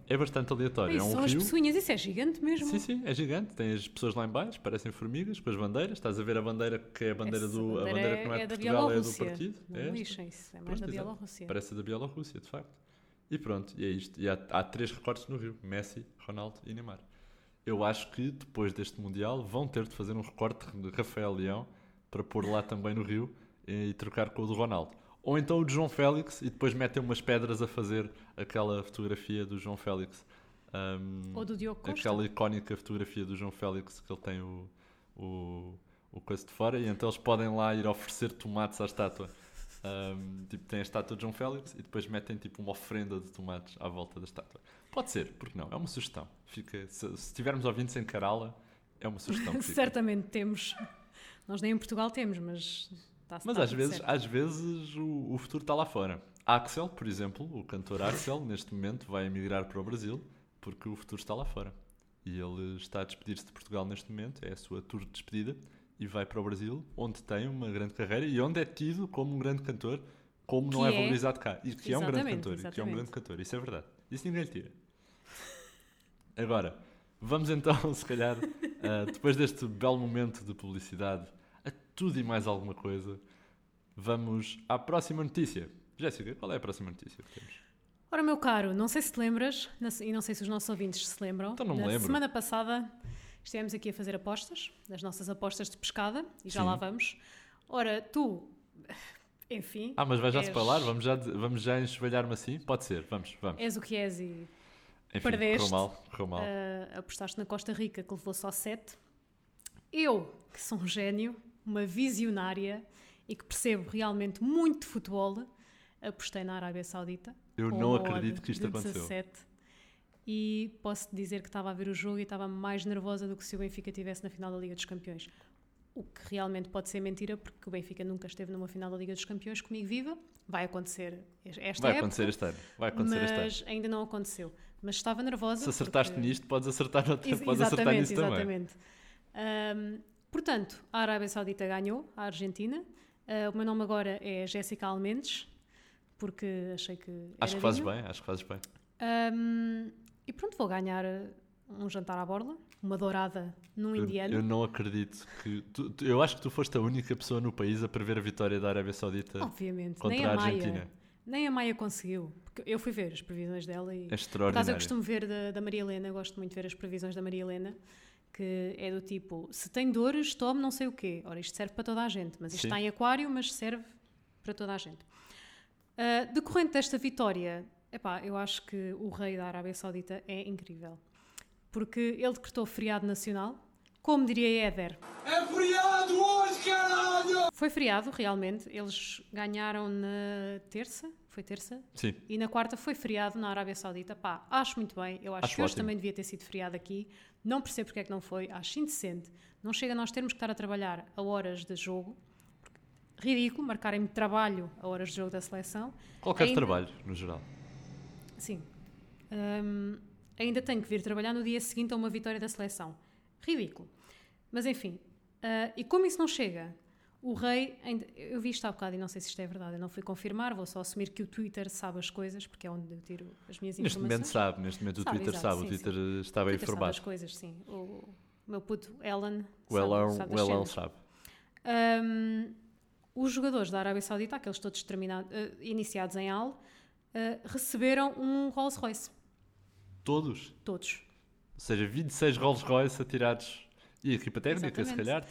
É bastante aleatório. Ei, é um são as rio. pessoinhas, isso é gigante mesmo. Sim, sim, é gigante. Tem as pessoas lá em baixo, parecem formigas, com as bandeiras. Estás a ver a bandeira que é a bandeira, Essa do, a bandeira que não é, da de Portugal, é do Bielorrússia. partido. Não é esta. lixem isso, é mais Pronto, da exato. Bielorrússia. Parece a da Bielorrússia, de facto. E pronto, e é isto. E há, há três recortes no Rio: Messi, Ronaldo e Neymar. Eu acho que depois deste Mundial vão ter de fazer um recorte de Rafael Leão para pôr lá também no Rio e, trocar com o do Ronaldo. Ou então o de João Félix e depois metem umas pedras a fazer aquela fotografia do João Félix. Ahm, Ou do Diogo Costa. É aquela icónica fotografia do João Félix que ele tem o, o, o coice de fora e então eles podem lá ir oferecer tomates à estátua. Ahm, tipo, tem a estátua de João Félix e depois metem tipo uma ofrenda de tomates à volta da estátua. Pode ser, porque não? É uma sugestão. Fica, se, se tivermos ouvintes em Kerala, é uma sugestão. que fica. Certamente temos. Nós nem em Portugal temos, mas está Mas está às tudo vezes, certo. às vezes o, o futuro está lá fora. Axel, por exemplo, o cantor Axel, neste momento vai emigrar para o Brasil porque o futuro está lá fora. E ele está a despedir-se de Portugal neste momento, é a sua tour de despedida, e vai para o Brasil, onde tem uma grande carreira e onde é tido como um grande cantor, como não é, Que é- valorizado cá. E que é um grande Exatamente, cantor, e que é um exatamente. grande cantor, isso é verdade. Isso ninguém lhe tira. Agora, vamos então, se calhar, ah, depois deste belo momento de publicidade, a tudo e mais alguma coisa, vamos à próxima notícia. Jéssica, qual é a próxima notícia que temos? Ora, meu caro, não sei se te lembras, na se- e não sei se os nossos ouvintes se lembram. Então não me na lembro. semana passada estivemos aqui a fazer apostas, das nossas apostas de pescada, e já Sim. lá vamos. Ora, tu, enfim. Ah, mas vai já és- separar? Vamos já, vamos já enxovalhar-me assim? Pode ser, vamos, vamos. És o que és e Enfim, correu perdeste. mal, correu mal. ah, apostaste na Costa Rica, que levou só 7. Eu, que sou um gênio, uma visionária e que percebo realmente muito de futebol, apostei na Arábia Saudita. Eu com não uma odd acredito que isto de aconteceu. 17, e posso dizer que estava a ver o jogo e estava mais nervosa do que se o Benfica tivesse na final da Liga dos Campeões. O que realmente pode ser mentira, porque o Benfica nunca esteve numa final da Liga dos Campeões comigo viva. Vai acontecer esta vai época, acontecer este ano, vai acontecer este ano. mas ainda não aconteceu. Mas estava nervosa. Se acertaste porque- nisto, podes acertar, noutra- Ex- podes acertar nisso também. exatamente. Ahm, portanto, a Arábia Saudita ganhou, a Argentina. Ah, o meu nome agora é Jéssica Almendes, porque achei que. Era Acho que fazes digno. bem, acho que fazes bem. Ahm, e pronto, vou ganhar ah, um jantar à borla, uma dourada num Eu- tipo indiano. Eu não acredito que. tu- tu- eu acho que tu foste a única pessoa no país a prever a vitória da Arábia Saudita. Obviamente, contra Oh, nem a a, Argentina. Maia. Tipo, Nem a Maia conseguiu. Porque eu fui ver as previsões dela e. É Por acaso extraordinário. eu costumo ver da, da Maria Helena, gosto muito de ver as previsões da Maria Helena, que é do tipo: se tem dores, tome não sei o quê. Ora, isto serve para toda a gente, mas isto Sim. está em aquário, mas serve para toda a gente. Ah, decorrente desta vitória, epá, eu acho que o rei da Arábia Saudita é incrível. Porque ele decretou feriado nacional, como diria Éder. É feriado hoje, caralho! Foi feriado, realmente. Eles ganharam na terça. Foi terça. Sim. E na quarta foi feriado na Arábia Saudita. Pá, acho muito bem. Eu acho, Acho que hoje ótimo. também devia ter sido feriado aqui. Não percebo porque é que não foi. Acho indecente. Não chega a nós termos que estar a trabalhar a horas de jogo. Ridículo marcarem-me trabalho a horas de jogo da seleção. É Qualquer Ainda- trabalho, no geral. Sim. Hum, ainda tenho que vir trabalhar no dia seguinte a uma vitória da seleção. Ridículo. Mas enfim. ah, e como isso não chega? O rei. ainda- eu vi isto há bocado e não sei se isto é verdade. Eu não fui confirmar, vou só assumir que o Twitter sabe as coisas, porque é onde eu tiro as minhas Neste momento informações. sabe, neste momento Sabe, o Twitter exato, sabe, sim, o Twitter eh, está O Twitter sabe bem as informado. coisas, sim. O, o meu puto Ellen. O Elão sabe o das Elão cenas. sabe. Hum, os jogadores da Arábia Saudita, aqueles todos termina- eh, iniciados em Al, eh, receberam um Rolls Royce. Todos. Todos. Ou seja, 26 Rolls Royce atirados. E a equipa técnica, se Exatamente. calhar,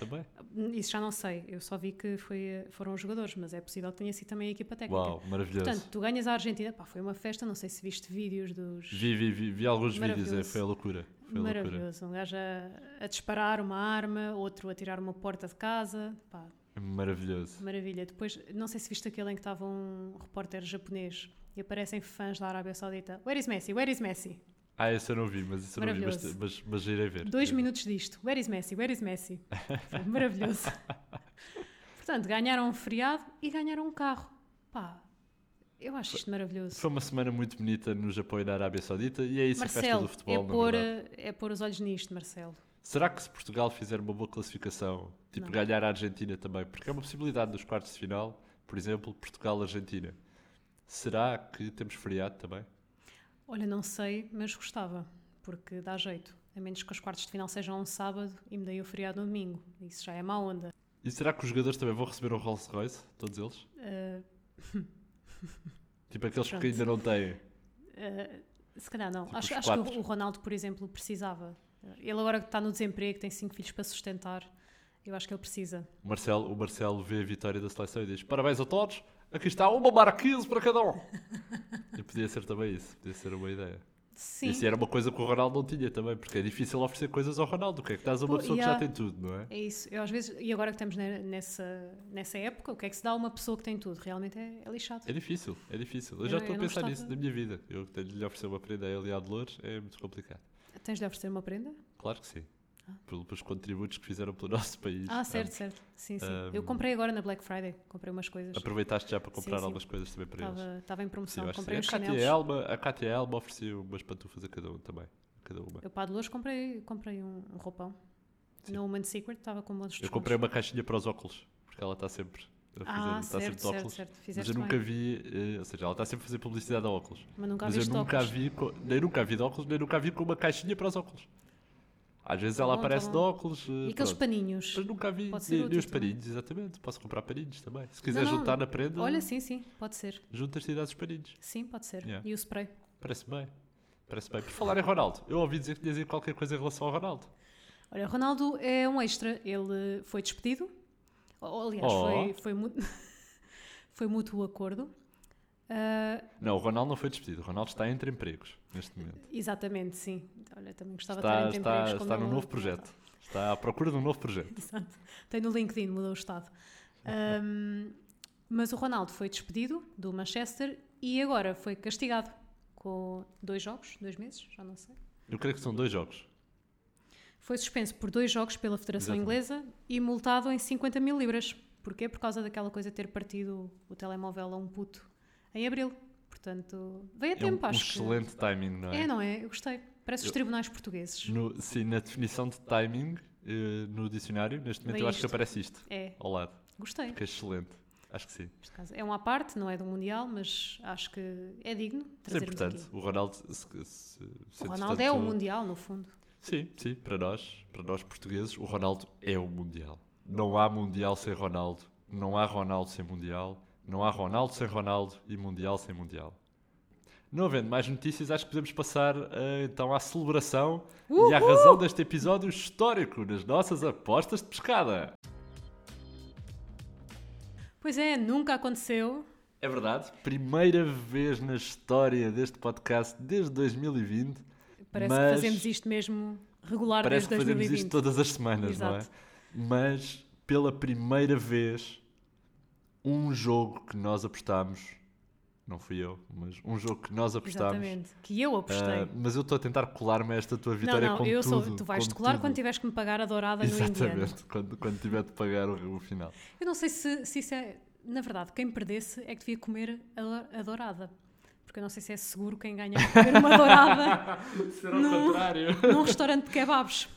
também. Isso já não sei, eu só vi que foi, foram os jogadores, mas é possível que tenha sido também a equipa técnica. Uau, maravilhoso. Portanto, tu ganhas a Argentina, pá, foi uma festa, não sei se viste vídeos dos. vi, vi, vi, vi alguns vídeos, é, Maravilhoso. foi a loucura. Foi a loucura. Maravilhoso, um gajo a, a disparar uma arma, outro a tirar uma porta de casa, pá, Maravilhoso. maravilha. Depois, não sei se viste aquele em que estava um repórter japonês e aparecem fãs da Arábia Saudita: Where is Messi? Where is Messi? Ah, esse eu não vi, mas isso eu não vi, mas, Maravilhoso. mas, mas irei ver. Dois minutos disto. Where is Messi? Where is Messi? Foi maravilhoso. Portanto, ganharam um feriado e ganharam um carro. Pá, eu acho isto maravilhoso. Foi uma semana muito bonita no Japão e na Arábia Saudita e é isso a festa Marcelo, do futebol, é, na pôr, verdade. é pôr os olhos nisto, Marcelo. Será que se Portugal fizer uma boa classificação, tipo Não. ganhar a Argentina também, porque é uma possibilidade nos quartos de final, por exemplo, Portugal-Argentina, será que temos feriado também? Olha, não sei, mas gostava, porque dá jeito. A menos que os quartos de final sejam um sábado e me deem o feriado no domingo. Isso já é má onda. E será que os jogadores também vão receber um Rolls Royce, todos eles? Ah, Tipo aqueles Pronto. que ainda não têm. eh, se calhar não. Tipo, acho os acho que quatro. o Ronaldo, por exemplo, precisava. Ele agora que está no desemprego, tem cinco filhos para sustentar. Eu acho que ele precisa. O Marcelo, o Marcelo vê a vitória da seleção e diz: Parabéns a todos, aqui está uma marquise para cada um. e podia ser também isso, podia ser uma ideia. Sim. Isso era uma coisa que o Ronaldo não tinha também, porque é difícil oferecer coisas ao Ronaldo. O que é que dás a uma Pô, pessoa yeah. que já tem tudo, não é? É isso. Eu às vezes, e agora que estamos ne- nessa, nessa época, o que é que se dá a uma pessoa que tem tudo? Realmente é, é lixado. É difícil, é difícil. Eu, Eu já não- estou eu a não pensar gostava- nisso na minha vida. Eu tenho de lhe oferecer uma prenda a ele e à Dolores, é muito complicado. Tens de oferecer uma prenda? Claro que sim. Pelo- Pelos contributos que fizeram pelo nosso país. Ah, certo, ambos. certo. Sim, sim. Ah, Eu hum. comprei agora na Black Friday, comprei umas coisas. Aproveitaste já para comprar sim. algumas coisas também para eles. Estava, estava em Sim, promoção. eu acho que comprei é sim. A uns Cátia chinelos. Elba, a Cátia Elba oferecia umas pantufas a cada um também. a Cada uma. Eu para a Dolores comprei, comprei um, um roupão. No Human Secret estava com bons Eu descontos. comprei uma caixinha para os óculos, porque ela está sempre a fazer, Ah, está sempre certo, assim de certo, óculos. certo. Mas Fizeste eu nunca bem. vi, eh, ou seja, ela está sempre a fazer publicidade a óculos. Mas nunca Mas viste eu nunca Um óculos. vi, co- nem nunca a vi de óculos, nem nunca a vi com uma caixinha para os óculos. Às vezes Tá ela bom, tá aparece de bom. óculos. E aqueles paninhos. Mas nunca vi. Pode ser Nem, útil nem os também. paninhos, exatamente. Posso comprar paninhos também. Se quiser Não, não. juntar na prenda, Olha, sim, sim, pode ser. juntas-te e dás os paninhos. Sim, pode ser. Yeah. E o spray. Parece bem. Parece bem. Por falar em Ronaldo, eu ouvi dizer que tinhas aí qualquer coisa em relação ao Ronaldo. Olha, Ronaldo é um extra. Ele foi despedido. Ou, Aliás, Oh. foi, foi, mu- foi mútuo o acordo. Ah, Não, o Ronaldo não foi despedido. O Ronaldo está entre empregos neste momento. exatamente, sim. Olha, também gostava Está, de estar em está, empregos como está ele- num novo projeto. Está à procura de um novo projeto. Exato. Tem no LinkedIn, mudou o estado. Ahm, mas o Ronaldo foi despedido do Manchester e agora foi castigado com dois jogos, dois meses, já não sei. Eu creio que são dois jogos. Foi suspenso por dois jogos pela Federação Exatamente. Inglesa e multado em 50 mil libras. Porquê? Por causa daquela coisa de ter partido o telemóvel a um puto em abril. Portanto, veio a É um, tempo, um acho. que- excelente timing, não é? É, não é? Eu gostei. Parece os tribunais portugueses. No- sim, na definição de timing eh, no dicionário, neste momento Bem eu acho que isto. aparece isto É, ao lado. gostei. Que é excelente. Acho que sim. Neste caso, É um à parte, não é do Mundial, mas acho que é digno Isso é trazermos importante. aqui. O Ronaldo, se- se- se- O sendo, Ronaldo é o portanto, Mundial, no fundo. Sim, sim, para nós, para nós portugueses, o Ronaldo é o Mundial. Não há Mundial sem Ronaldo, não há Ronaldo sem Mundial, não há Ronaldo sem Ronaldo e Mundial sem Mundial. Não havendo mais notícias, acho que podemos passar eh, então à celebração e à razão deste episódio histórico nas nossas apostas de pescada. Pois é, nunca aconteceu. É verdade, primeira vez na história deste podcast desde 2020. Parece mas... que fazemos isto mesmo regular Parece que desde fazemos 2020. isto todas as semanas, Exato. não é? Mas pela primeira vez, um jogo que nós apostámos não fui eu, mas um jogo que nós apostámos. Exatamente. Que eu apostei. Ah, mas eu estou a tentar colar-me a esta tua não, vitória não, com eu tudo. sou. Tu vais com decolar tudo. quando tiveres que me pagar a dourada no Indiana. Exatamente, quando, quando tiver de pagar o, o final. Eu não sei se, se isso é. Na verdade, quem perdesse é que devia comer a, a dourada. Porque eu não sei se é seguro quem ganhar comer uma dourada Será Não. contrário? num restaurante de kebabs.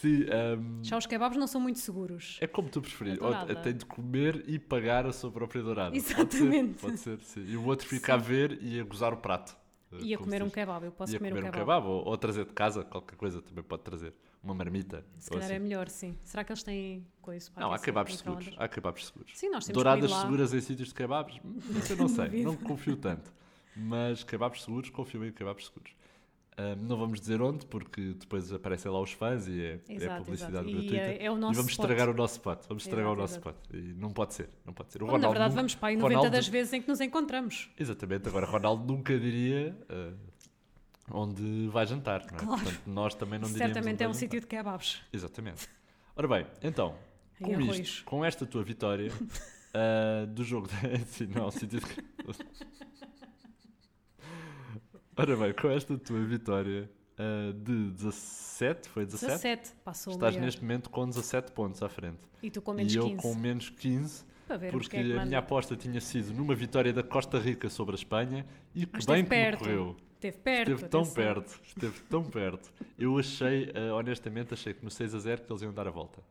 Sim, ahm, Já os kebabs não são muito seguros. é como tu preferir. A Ou dourada. tem de comer e pagar a sua própria dourada. Pode ser, Exatamente. Pode ser, sim. E o outro fica a ver e a gozar o prato. E a Como comer se um diz. kebab, eu posso e a comer, um kebab. ou, ou trazer de casa, qualquer coisa também pode trazer. Uma marmita. Se ou calhar assim. é melhor, assim, sim. Será que eles têm coisa para Não, há aquecer, kebabs microondas? seguros. Há kebabs seguros. Sim, nós temos Douradas comido lá. seguras em sítios de kebabs? Hum, Isso eu não sei, Duvido. não confio tanto. Mas kebabs seguros, confio em kebabs seguros. Ahm, não vamos dizer onde, porque depois aparecem lá os fãs e é, é Exato, publicidade exato. E gratuita. é- é o nosso vamos spot. estragar o nosso spot. Vamos estragar Exato, o nosso exato. spot. E não pode ser, não pode ser. O Ou, Na verdade, nu- vamos para aí 90 Ronaldo- das vezes em que nos encontramos. Exatamente, agora Ronaldo nunca diria ah, onde vai jantar, não é? Claro. Portanto, nós também não diríamos onde Certamente é vai um jantar. sítio de kebabs. é Exatamente. Ora bem, então, Em com, arroz. isto, com esta tua vitória ah, do jogo da. Sim, não, sítio de... Ora bem, com esta tua vitória ah, de 17, foi 17? 17, passou o Estás maior. neste momento com 17 pontos à frente. E tu com menos e eu 15. com menos 15, Para vermos porque quem é que a manda. minha aposta tinha sido numa vitória da Costa Rica sobre a Espanha e que Mas esteve bem que me perto. correu. Esteve perto. Esteve tão atenção. perto, esteve tão perto. Eu achei, eh, honestamente, achei que no 6 a 0 que eles iam dar a volta.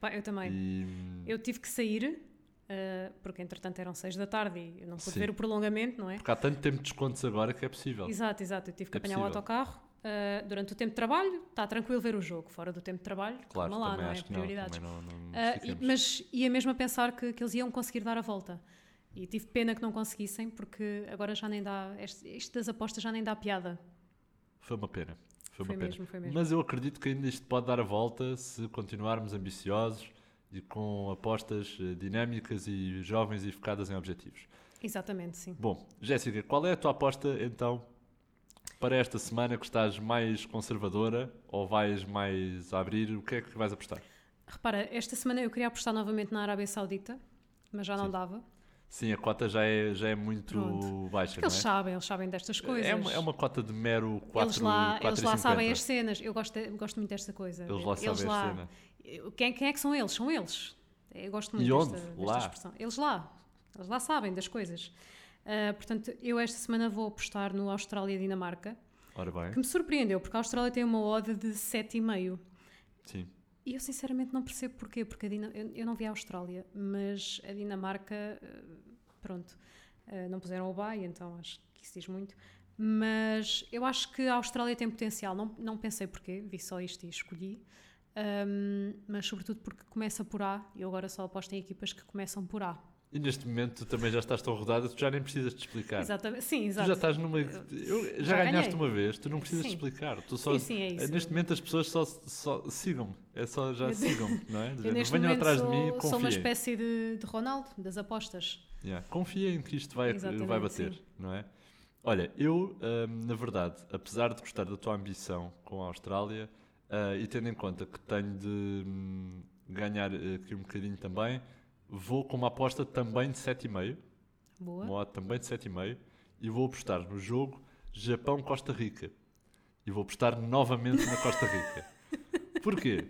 Pá, eu também. E Eu tive que sair, ah, porque entretanto eram 6 da tarde e eu não pude Sim. ver o prolongamento, não é? porque há tanto tempo de descontos agora que é possível. Exato, exato. Eu tive que É apanhar o possível. autocarro. ah, durante o tempo de trabalho, está tranquilo ver o jogo. Fora do tempo de trabalho, Claro, calma lá, também não é? acho que não, Prioridades. também não, não Ah, e- fiquemos. mas ia mesmo a pensar que, que eles iam conseguir dar a volta. E tive pena que não conseguissem, porque agora já nem dá. Este, isto das apostas já nem dá piada. Foi uma pena. Foi, Foi uma pena. mesmo, foi mesmo. Mas eu acredito que ainda isto pode dar a volta se continuarmos ambiciosos e com apostas eh, dinâmicas e jovens e focadas em objetivos. Exatamente, sim. Bom, Jéssica, qual é a tua aposta então para esta semana que estás mais conservadora ou vais mais abrir? O que é que vais apostar? Repara, esta semana eu queria apostar novamente na Arábia Saudita, mas já não dava. Sim, a cota já é, já é muito Pronto. baixa, Porque eles não é? sabem, eles sabem destas coisas. É uma, é uma cota de mero 4, eles lá, eles lá 4,50. sabem as cenas. Eu gosto, de- gosto muito desta coisa. Eles lá sabem as cenas. Quem, quem é que são eles? São eles. Eu gosto muito E onde? desta, desta Lá. expressão. Eles lá. Eles lá sabem das coisas. Ah, portanto, eu esta semana vou apostar no Austrália-Dinamarca, Ora que bem, me surpreendeu, porque a Austrália tem uma odd de 7,5. sim. E eu sinceramente não percebo porquê, porque a Dina- eu, eu não vi a Austrália, mas a Dinamarca, eh, pronto, eh, não puseram o bye, então acho que isso diz muito. Mas eu acho que a Austrália tem potencial, não, não pensei porquê, vi só isto e escolhi. Ahm, mas sobretudo porque começa por A, e eu agora só aposto em equipas que começam por A. E neste momento tu também já estás tão rodada, tu já nem precisas te explicar. Exatamente, sim, É. Tu exato. já estás numa. eu- já, já ganhaste ganhei. uma vez, tu não precisas Sim. explicar. Tu só, Sim, sim, é isso. Neste momento as pessoas só, só sigam-me. É só já sigam-me, não é? Eu neste não venham momento atrás sou, de mim e sou uma confiem. espécie de, de Ronaldo, das apostas. Yeah, Confiem que isto vai, Exatamente, vai bater, sim. não é? Olha, eu, ahm, na verdade, apesar de gostar da tua ambição com a Austrália ah, e tendo em conta que tenho de hum, ganhar eh, aqui um bocadinho também, vou com uma aposta também de 7,5. Boa. Uma odd também de 7,5. E vou apostar no jogo Japão-Costa Rica. E vou apostar novamente na Costa Rica. Porquê?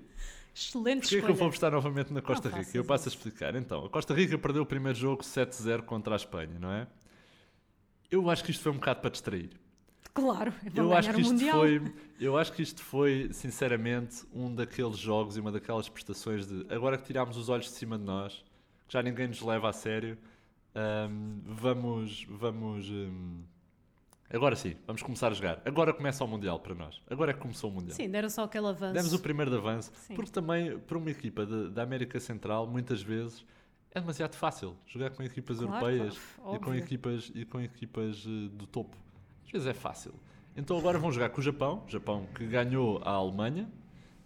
Excelente Porquê é escolha. que eu vou apostar novamente na Costa Não Rica? faças Eu passo a explicar. Então, a Costa Rica perdeu o primeiro jogo 7-0 contra a Espanha, não é? Eu acho que isto foi um bocado para distrair. Claro, vão Eu ganhar acho, que o isto Mundial. foi, eu acho que isto foi, sinceramente, um daqueles jogos e uma daquelas prestações de agora que tirámos os olhos de cima de nós, que já ninguém nos leva a sério, hum, vamos, vamos, hum, agora sim, vamos começar a jogar. Agora começa o Mundial para nós. Agora é que começou o Mundial. Sim, deram só aquele avanço. Demos o primeiro de avanço, Sim. porque também para uma equipa de- da América Central, muitas vezes é demasiado fácil jogar com equipas Claro, europeias claro, e, com óbvio. equipas, e com equipas eh, do topo. Às vezes é fácil. Então agora vão jogar com o Japão, Japão que ganhou a Alemanha,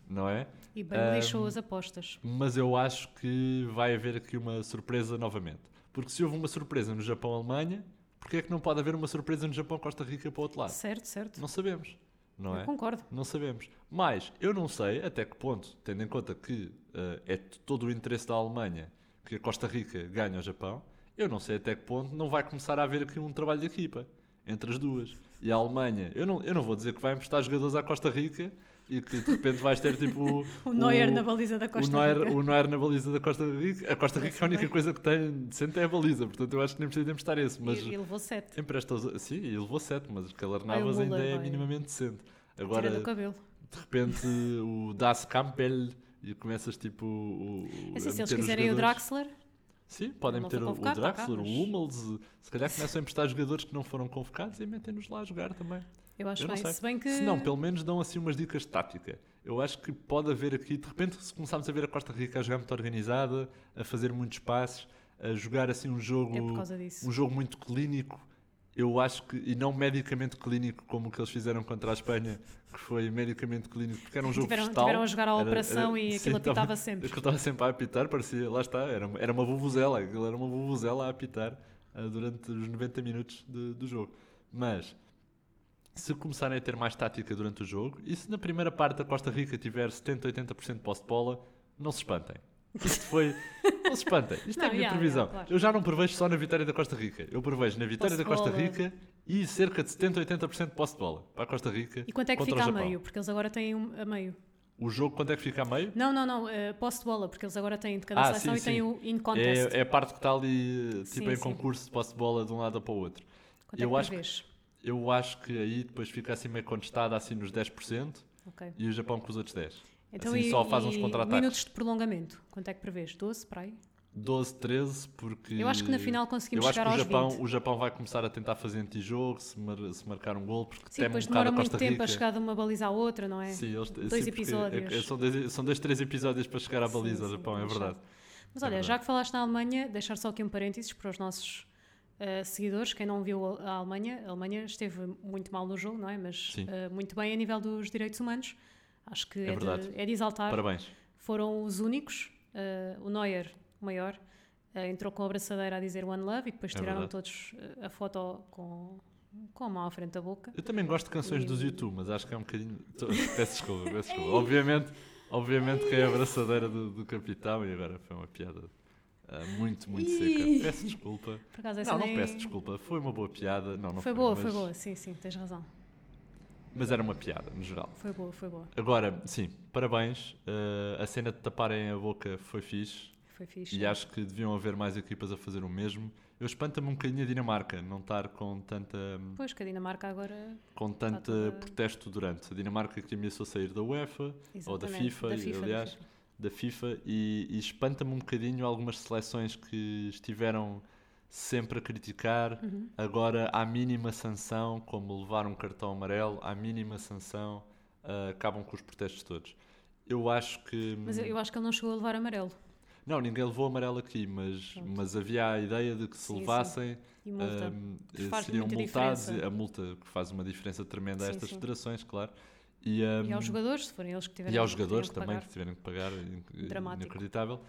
não é? E bem Ahm, deixou as apostas. mas eu acho que vai haver aqui uma surpresa novamente. Porque se houve uma surpresa no Japão-Alemanha, porque é que não pode haver uma surpresa no Japão-Costa Rica para o outro lado? Certo, certo. Não sabemos, não Eu é? concordo. Não sabemos. Mas eu não sei até que ponto, tendo em conta que eh, é t- todo o interesse da Alemanha que a Costa Rica ganhe ao Japão, eu não sei até que ponto não vai começar a haver aqui um trabalho de equipa entre as duas. E a Alemanha, eu não, eu não vou dizer que vai emprestar jogadores à Costa Rica e que de repente vais ter tipo. O Neuer na baliza da Costa o Neuer, Rica. O Neuer na baliza da Costa Rica. A Costa Rica a única coisa que tem decente é a baliza, portanto eu acho que nem precisa de emprestar esse. Mas E, e levou sete. empresta os. Sim, e levou 7, mas Keller Ai, o Navas ainda Müller é vai- minimamente decente. Agora, Tira do cabelo. de repente, o Das Campbell e começas tipo. O, o- Assim, a se eles meter os quiserem o jogadores- Draxler, Sim, podem Não meter foi o, o convocado, tá cá, Draxler, mas- o Hummels, se calhar começam a emprestar jogadores que não foram convocados e metem-nos lá a jogar também. eu acho Eu não bem. sei. Se bem que. Se não, pelo menos dão assim umas dicas de tática. Eu acho que pode haver aqui, de repente, se começarmos a ver a Costa Rica a jogar muito organizada, a fazer muitos passes, a jogar assim um jogo, É por causa disso. um jogo muito clínico, eu acho que, e não medicamente clínico como o que eles fizeram contra a Espanha, que foi medicamente clínico, porque era um jogo Tiveram- festal. tiveram a jogar à operação e sim, aquilo apitava estava- sempre. Aquilo estava sempre a apitar, parecia, lá está, era, uma- era uma vuvuzela, aquilo era uma vuvuzela a apitar ah, durante os 90 minutos de- do jogo. Mas se começarem a ter mais tática durante o jogo e se na primeira parte a Costa Rica tiver 70, 80% de posse de bola, não se espantem. Isto foi. Não se espantem. Isto é Não, a minha yeah, previsão. yeah, claro. Eu já não prevejo só na vitória da Costa Rica. Eu prevejo na vitória Posse da de Costa bola. Rica e cerca de 70, 80% de posse de bola para a Costa Rica. E quanto é que contra fica o a Japão. meio? Porque eles agora têm um, a meio. O jogo quanto é que fica a meio? Não, não, não. eh, posse de bola, porque eles agora têm de cada seleção e têm o in contest. Ah, é, é a parte que está ali, tipo, Sim, em sim. concurso de posse de bola de um lado para o outro. Quanto eu é que acho que- prevês? Eu acho que aí depois fica assim meio contestada, assim nos 10%. Ok. E o Japão com os outros 10. Então, assim e, só faz e uns contra-ataques. Minutos de prolongamento. Quanto é que prevês? 12 para aí? 12, 13, porque. Eu acho que na final conseguimos eu acho chegar que o aos Japão, 20. o Japão vai começar a tentar fazer antijogo, se, mar, se marcar um gol, porque Sim, tem depois um bocado demora a muito Costa tempo Rica. a chegar de uma baliza à outra, não é? Sim, eles, Dois sim, porque episódios. é- é- são, dois, são dois, três episódios para chegar à baliza sim, ao Japão, é é chato. verdade. Mas olha, já que falaste na Alemanha, deixar só aqui um parênteses para os nossos eh, seguidores, quem não viu a a Alemanha, a Alemanha esteve muito mal no jogo, não é? Mas Sim. eh, muito bem a nível dos direitos humanos. Acho que é, verdade. de, é de exaltar. Parabéns. Foram os únicos, eh, o Neuer, o maior, eh, entrou com a abraçadeira a dizer One Love e depois É tiraram verdade. todos eh, a foto com, com a mão à frente da boca. Eu também gosto de canções E- dos YouTube, mas acho que é um bocadinho. tô- Peço desculpa, peço desculpa. Obviamente, obviamente que é a abraçadeira do, do capitão e agora foi uma piada ah, muito, muito Ih. seca. Peço desculpa. Por acaso essa Não, não nem- peço desculpa. Foi uma boa piada. Não, não Foi boa, mas, foi boa, sim, sim, tens razão. Mas era uma piada, no geral. Foi boa, foi boa. Agora, sim, parabéns. eh, a cena de taparem a boca foi fixe. Foi fixe. E acho que deviam haver mais equipas a fazer o mesmo. Eu espanta-me um bocadinho a Dinamarca não estar com tanta hum, Pois que a Dinamarca agora com tanto toda- protesto durante. A Dinamarca que ameaçou sair da UEFA ou da Exatamente, FIFA, da FIFA, da aliás, FIFA. da FIFA e, e espanta-me um bocadinho algumas seleções que estiveram sempre a criticar. Uhum. Agora, à mínima sanção, como levar um cartão amarelo, à mínima sanção, ah, acabam com os protestos todos. Eu acho que. Mas eu, eu acho que ele não chegou a levar amarelo. Não, ninguém levou amarelo aqui, mas, mas havia a ideia de que se Sim, sim. levassem, E multa. hum, Que faz seriam muita multados. diferença. A multa que faz uma diferença tremenda a Sim, estas sim. federações, claro. E, hum, E aos jogadores, se forem eles que tiverem e aos que tenham jogadores que também, pagar. que tiveram que pagar, in- Dramático. inacreditável.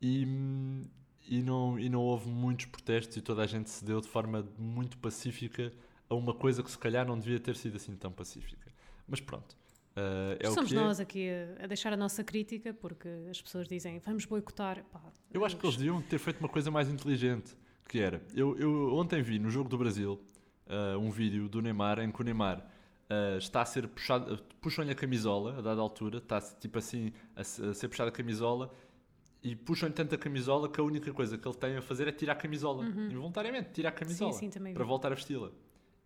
E, hum, e, não, e não houve muitos protestos e toda a gente se deu de forma muito pacífica a uma coisa que se calhar não devia ter sido assim tão pacífica. Mas pronto, ah, é Somos o que é. nós aqui a, a deixar a nossa crítica, porque as pessoas dizem vamos boicotar. Pá, Eu acho que eles deviam ter feito uma coisa mais inteligente, que era, eu, eu ontem vi no jogo do Brasil ah, um vídeo do Neymar em que o Neymar ah, está a ser puxado, puxam-lhe a camisola a dada altura, está tipo assim a, se- a ser puxada a camisola e puxam-lhe tanto a camisola que a única coisa que ele tem a fazer é tirar a camisola, involuntariamente, tirar a camisola Uhum. sim, também vi. para voltar a vesti-la.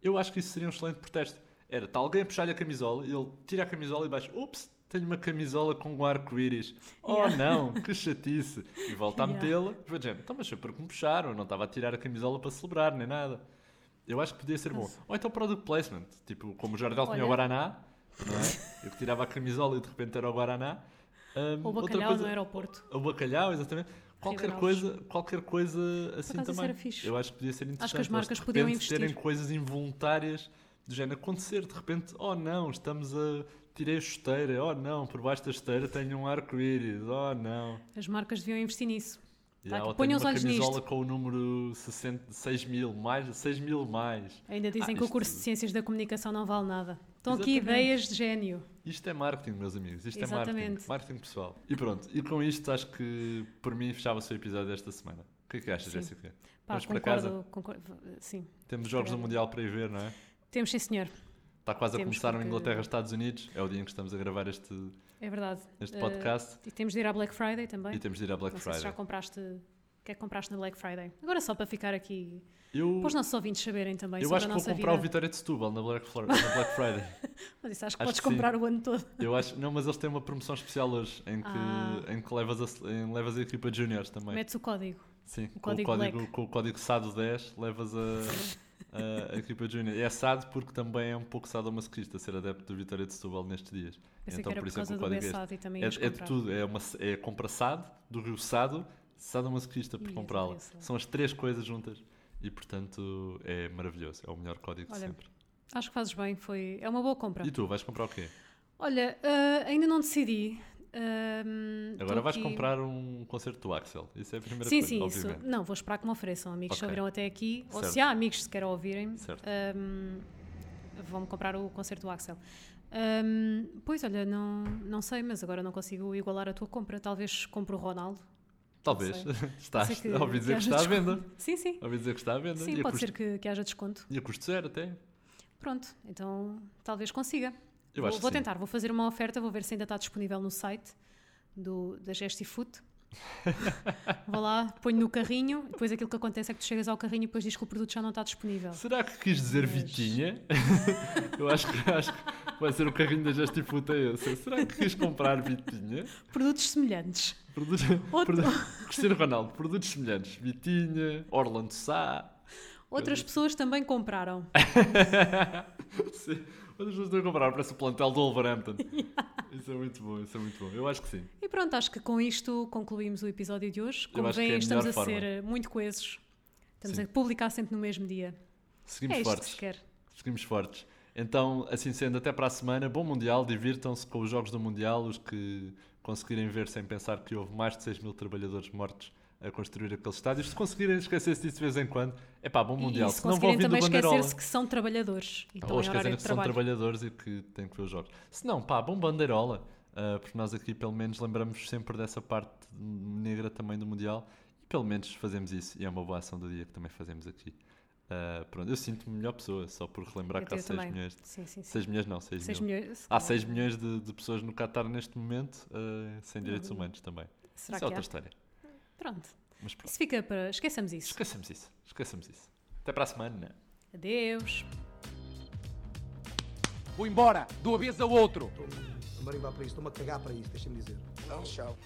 Eu acho que isso seria um excelente protesto. Era, está alguém a puxar-lhe a camisola e ele tira a camisola e baixa, ups, tenho uma camisola com um arco-íris. Oh Yeah. não, que chatice. E volta a Yeah. metê-la. E foi do género, então, mas foi porque me puxaram, eu não estava a tirar a camisola para celebrar, nem nada. Eu acho que podia ser bom. Ou então product placement, tipo, como o Jardel tinha Olha. o Guaraná, não é? Eu que tirava a camisola e de repente era o Guaraná. Hum, Ou outra bacalhau coisa- no aeroporto. o bacalhau, exatamente. Qualquer Ribeirões. coisa, qualquer coisa acaso assim isso também. era fixe. Eu acho que podia ser interessante. Acho que as Eles, marcas de podiam repente, terem investir. coisas involuntárias do género acontecer. De repente, oh não, estamos a. Tirei a chuteira, oh não, por baixo da chuteira tenho um arco-íris, oh não. As marcas deviam investir nisso. E Tá há aqui, outra ponham os uma olhos camisola nisto. com o número 60, 6 mil mais, 6 mil mais. Ainda dizem Ah, que o isto- curso de Ciências da Comunicação não vale nada. Estão aqui Exatamente. ideias de gênio. Isto é marketing, meus amigos. Isto é Exatamente. marketing. Marketing pessoal. E pronto, e com isto acho que por mim fechava-se o episódio desta semana. que é que achas, Sim. Jéssica? Pá, Vamos para concordo, casa. concordo- Sim. Temos jogos do calhar. Mundial para ir ver, não é? Temos, sim, senhor. Está quase a Temos, começar o porque- Inglaterra-Estados Unidos. É o dia em que estamos a gravar este, É verdade. este Eh, podcast. e temos de ir à Black Friday também. E temos de ir à Black Não sei se já Friday. compraste. O que é que compraste na Black Friday? Agora só para ficar aqui. Eu, Para os nossos ouvintes saberem também eu sobre acho a que vou é nossa comprar vida. o Vitória de Setúbal na Black, Flor- na Black Friday. Mas isso acho que Acho podes que sim. comprar o ano todo. Eu acho, não, mas eles têm uma promoção especial hoje em que, Ah. em que levas, a, em- levas a equipa de juniors também. Metes o código. Sim, com, um código o código, Black. com o código SADO10 levas a, a, a equipa de juniors. E é SAD porque também é um pouco sadomasoquista ser adepto do Vitória de Setúbal nestes dias. Pensei que era por causa o do código é este. Bessado e também ias É, é de comprar. tudo, é, uma, é a compra SAD, do Rio Sado, Sado Masoquista por Ih, é comprá-la. adorei essa. São as três coisas juntas e, portanto, é maravilhoso. É o melhor código de Olha, sempre. Acho que fazes bem, foi... é uma boa compra. E tu, vais comprar o quê? Olha, ah, ainda não decidi. Ahm, Agora tô vais aqui- comprar um concerto do Axel. Isso é a primeira Sim, coisa, sim, isso. obviamente. Não, vou esperar que me ofereçam. Amigos que Ok. ouviram até aqui, ou se Certo. há amigos que sequer ouvirem, Certo. ahm, vão-me comprar o concerto do Axel. Ahm, pois, olha, não, não sei, mas agora não consigo igualar a tua compra. Talvez compre o Ronaldo. Talvez. Não Estás, Sei ouvi dizer que haja está à desconto. venda. Sim, sim. Ouvi dizer que está à venda. Sim, e, a pode custo, ser que, que haja desconto. e a custo zero até. Pronto, então talvez consiga. Eu vou acho que vou sim. tentar, vou fazer uma oferta, vou ver se ainda está disponível no site do, da Gestifood. vou lá, ponho no carrinho, depois aquilo que acontece é que tu chegas ao carrinho e depois diz que o produto já não está disponível. Será que quis dizer Vitinha? eu acho que, acho que vai ser o carrinho da Justifuta esse. Será que quis comprar Vitinha? Produtos semelhantes. Produtos, Outro- produ- Cristiano Ronaldo, produtos semelhantes. Vitinha, Orlando Sá. Outras pessoas também compraram. Sim. Outras pessoas estão a comprar, parece o plantel do Wolverhampton. Isso é muito bom, isso é muito bom. Eu acho que sim. E pronto, acho que com isto concluímos o episódio de hoje. Como acho que é veem, a estamos a melhor forma. ser eh, muito coesos. Estamos Sim. a publicar sempre no mesmo dia. Seguimos é isto que fortes. se quer. Seguimos fortes. Então, assim sendo, até para a semana. Bom Mundial, divirtam-se com os jogos do Mundial, os que conseguirem ver sem pensar que houve mais de 6 mil trabalhadores mortos a construir aqueles estádios. Se conseguirem esquecer-se disso de vez em quando, é pá, bom Mundial. E se não vão conseguirem vindo também Bandeirola. esquecer-se que são trabalhadores e estão Ou em Então é horário esquecerem que de são trabalho. trabalhadores e que têm que ver os jogos. Se não, pá, bom Bandeirola, ah, porque nós aqui pelo menos lembramos sempre dessa parte negra também do Mundial e pelo menos fazemos isso. E é uma boa ação do dia que também fazemos aqui. Ah, pronto, eu sinto-me melhor pessoa só por relembrar Eu que há tenho 6 também. milhões. Sim, sim, sim. 6 milhões não, 6, Seis milhões. milhões. Há 6 milhões de, de pessoas no Qatar neste momento ah, sem direitos humanos também. Será que isso é outra há? história. Pronto. Mas pronto, Isso fica para. Esqueçamos isso. esqueçamos isso. Esqueçamos isso. Até para a semana. né? Adeus. Fui embora, de uma vez ao outro. Vamos marimbar para isto, estou-me a cagar para isto, deixa-me dizer. Não, tchau.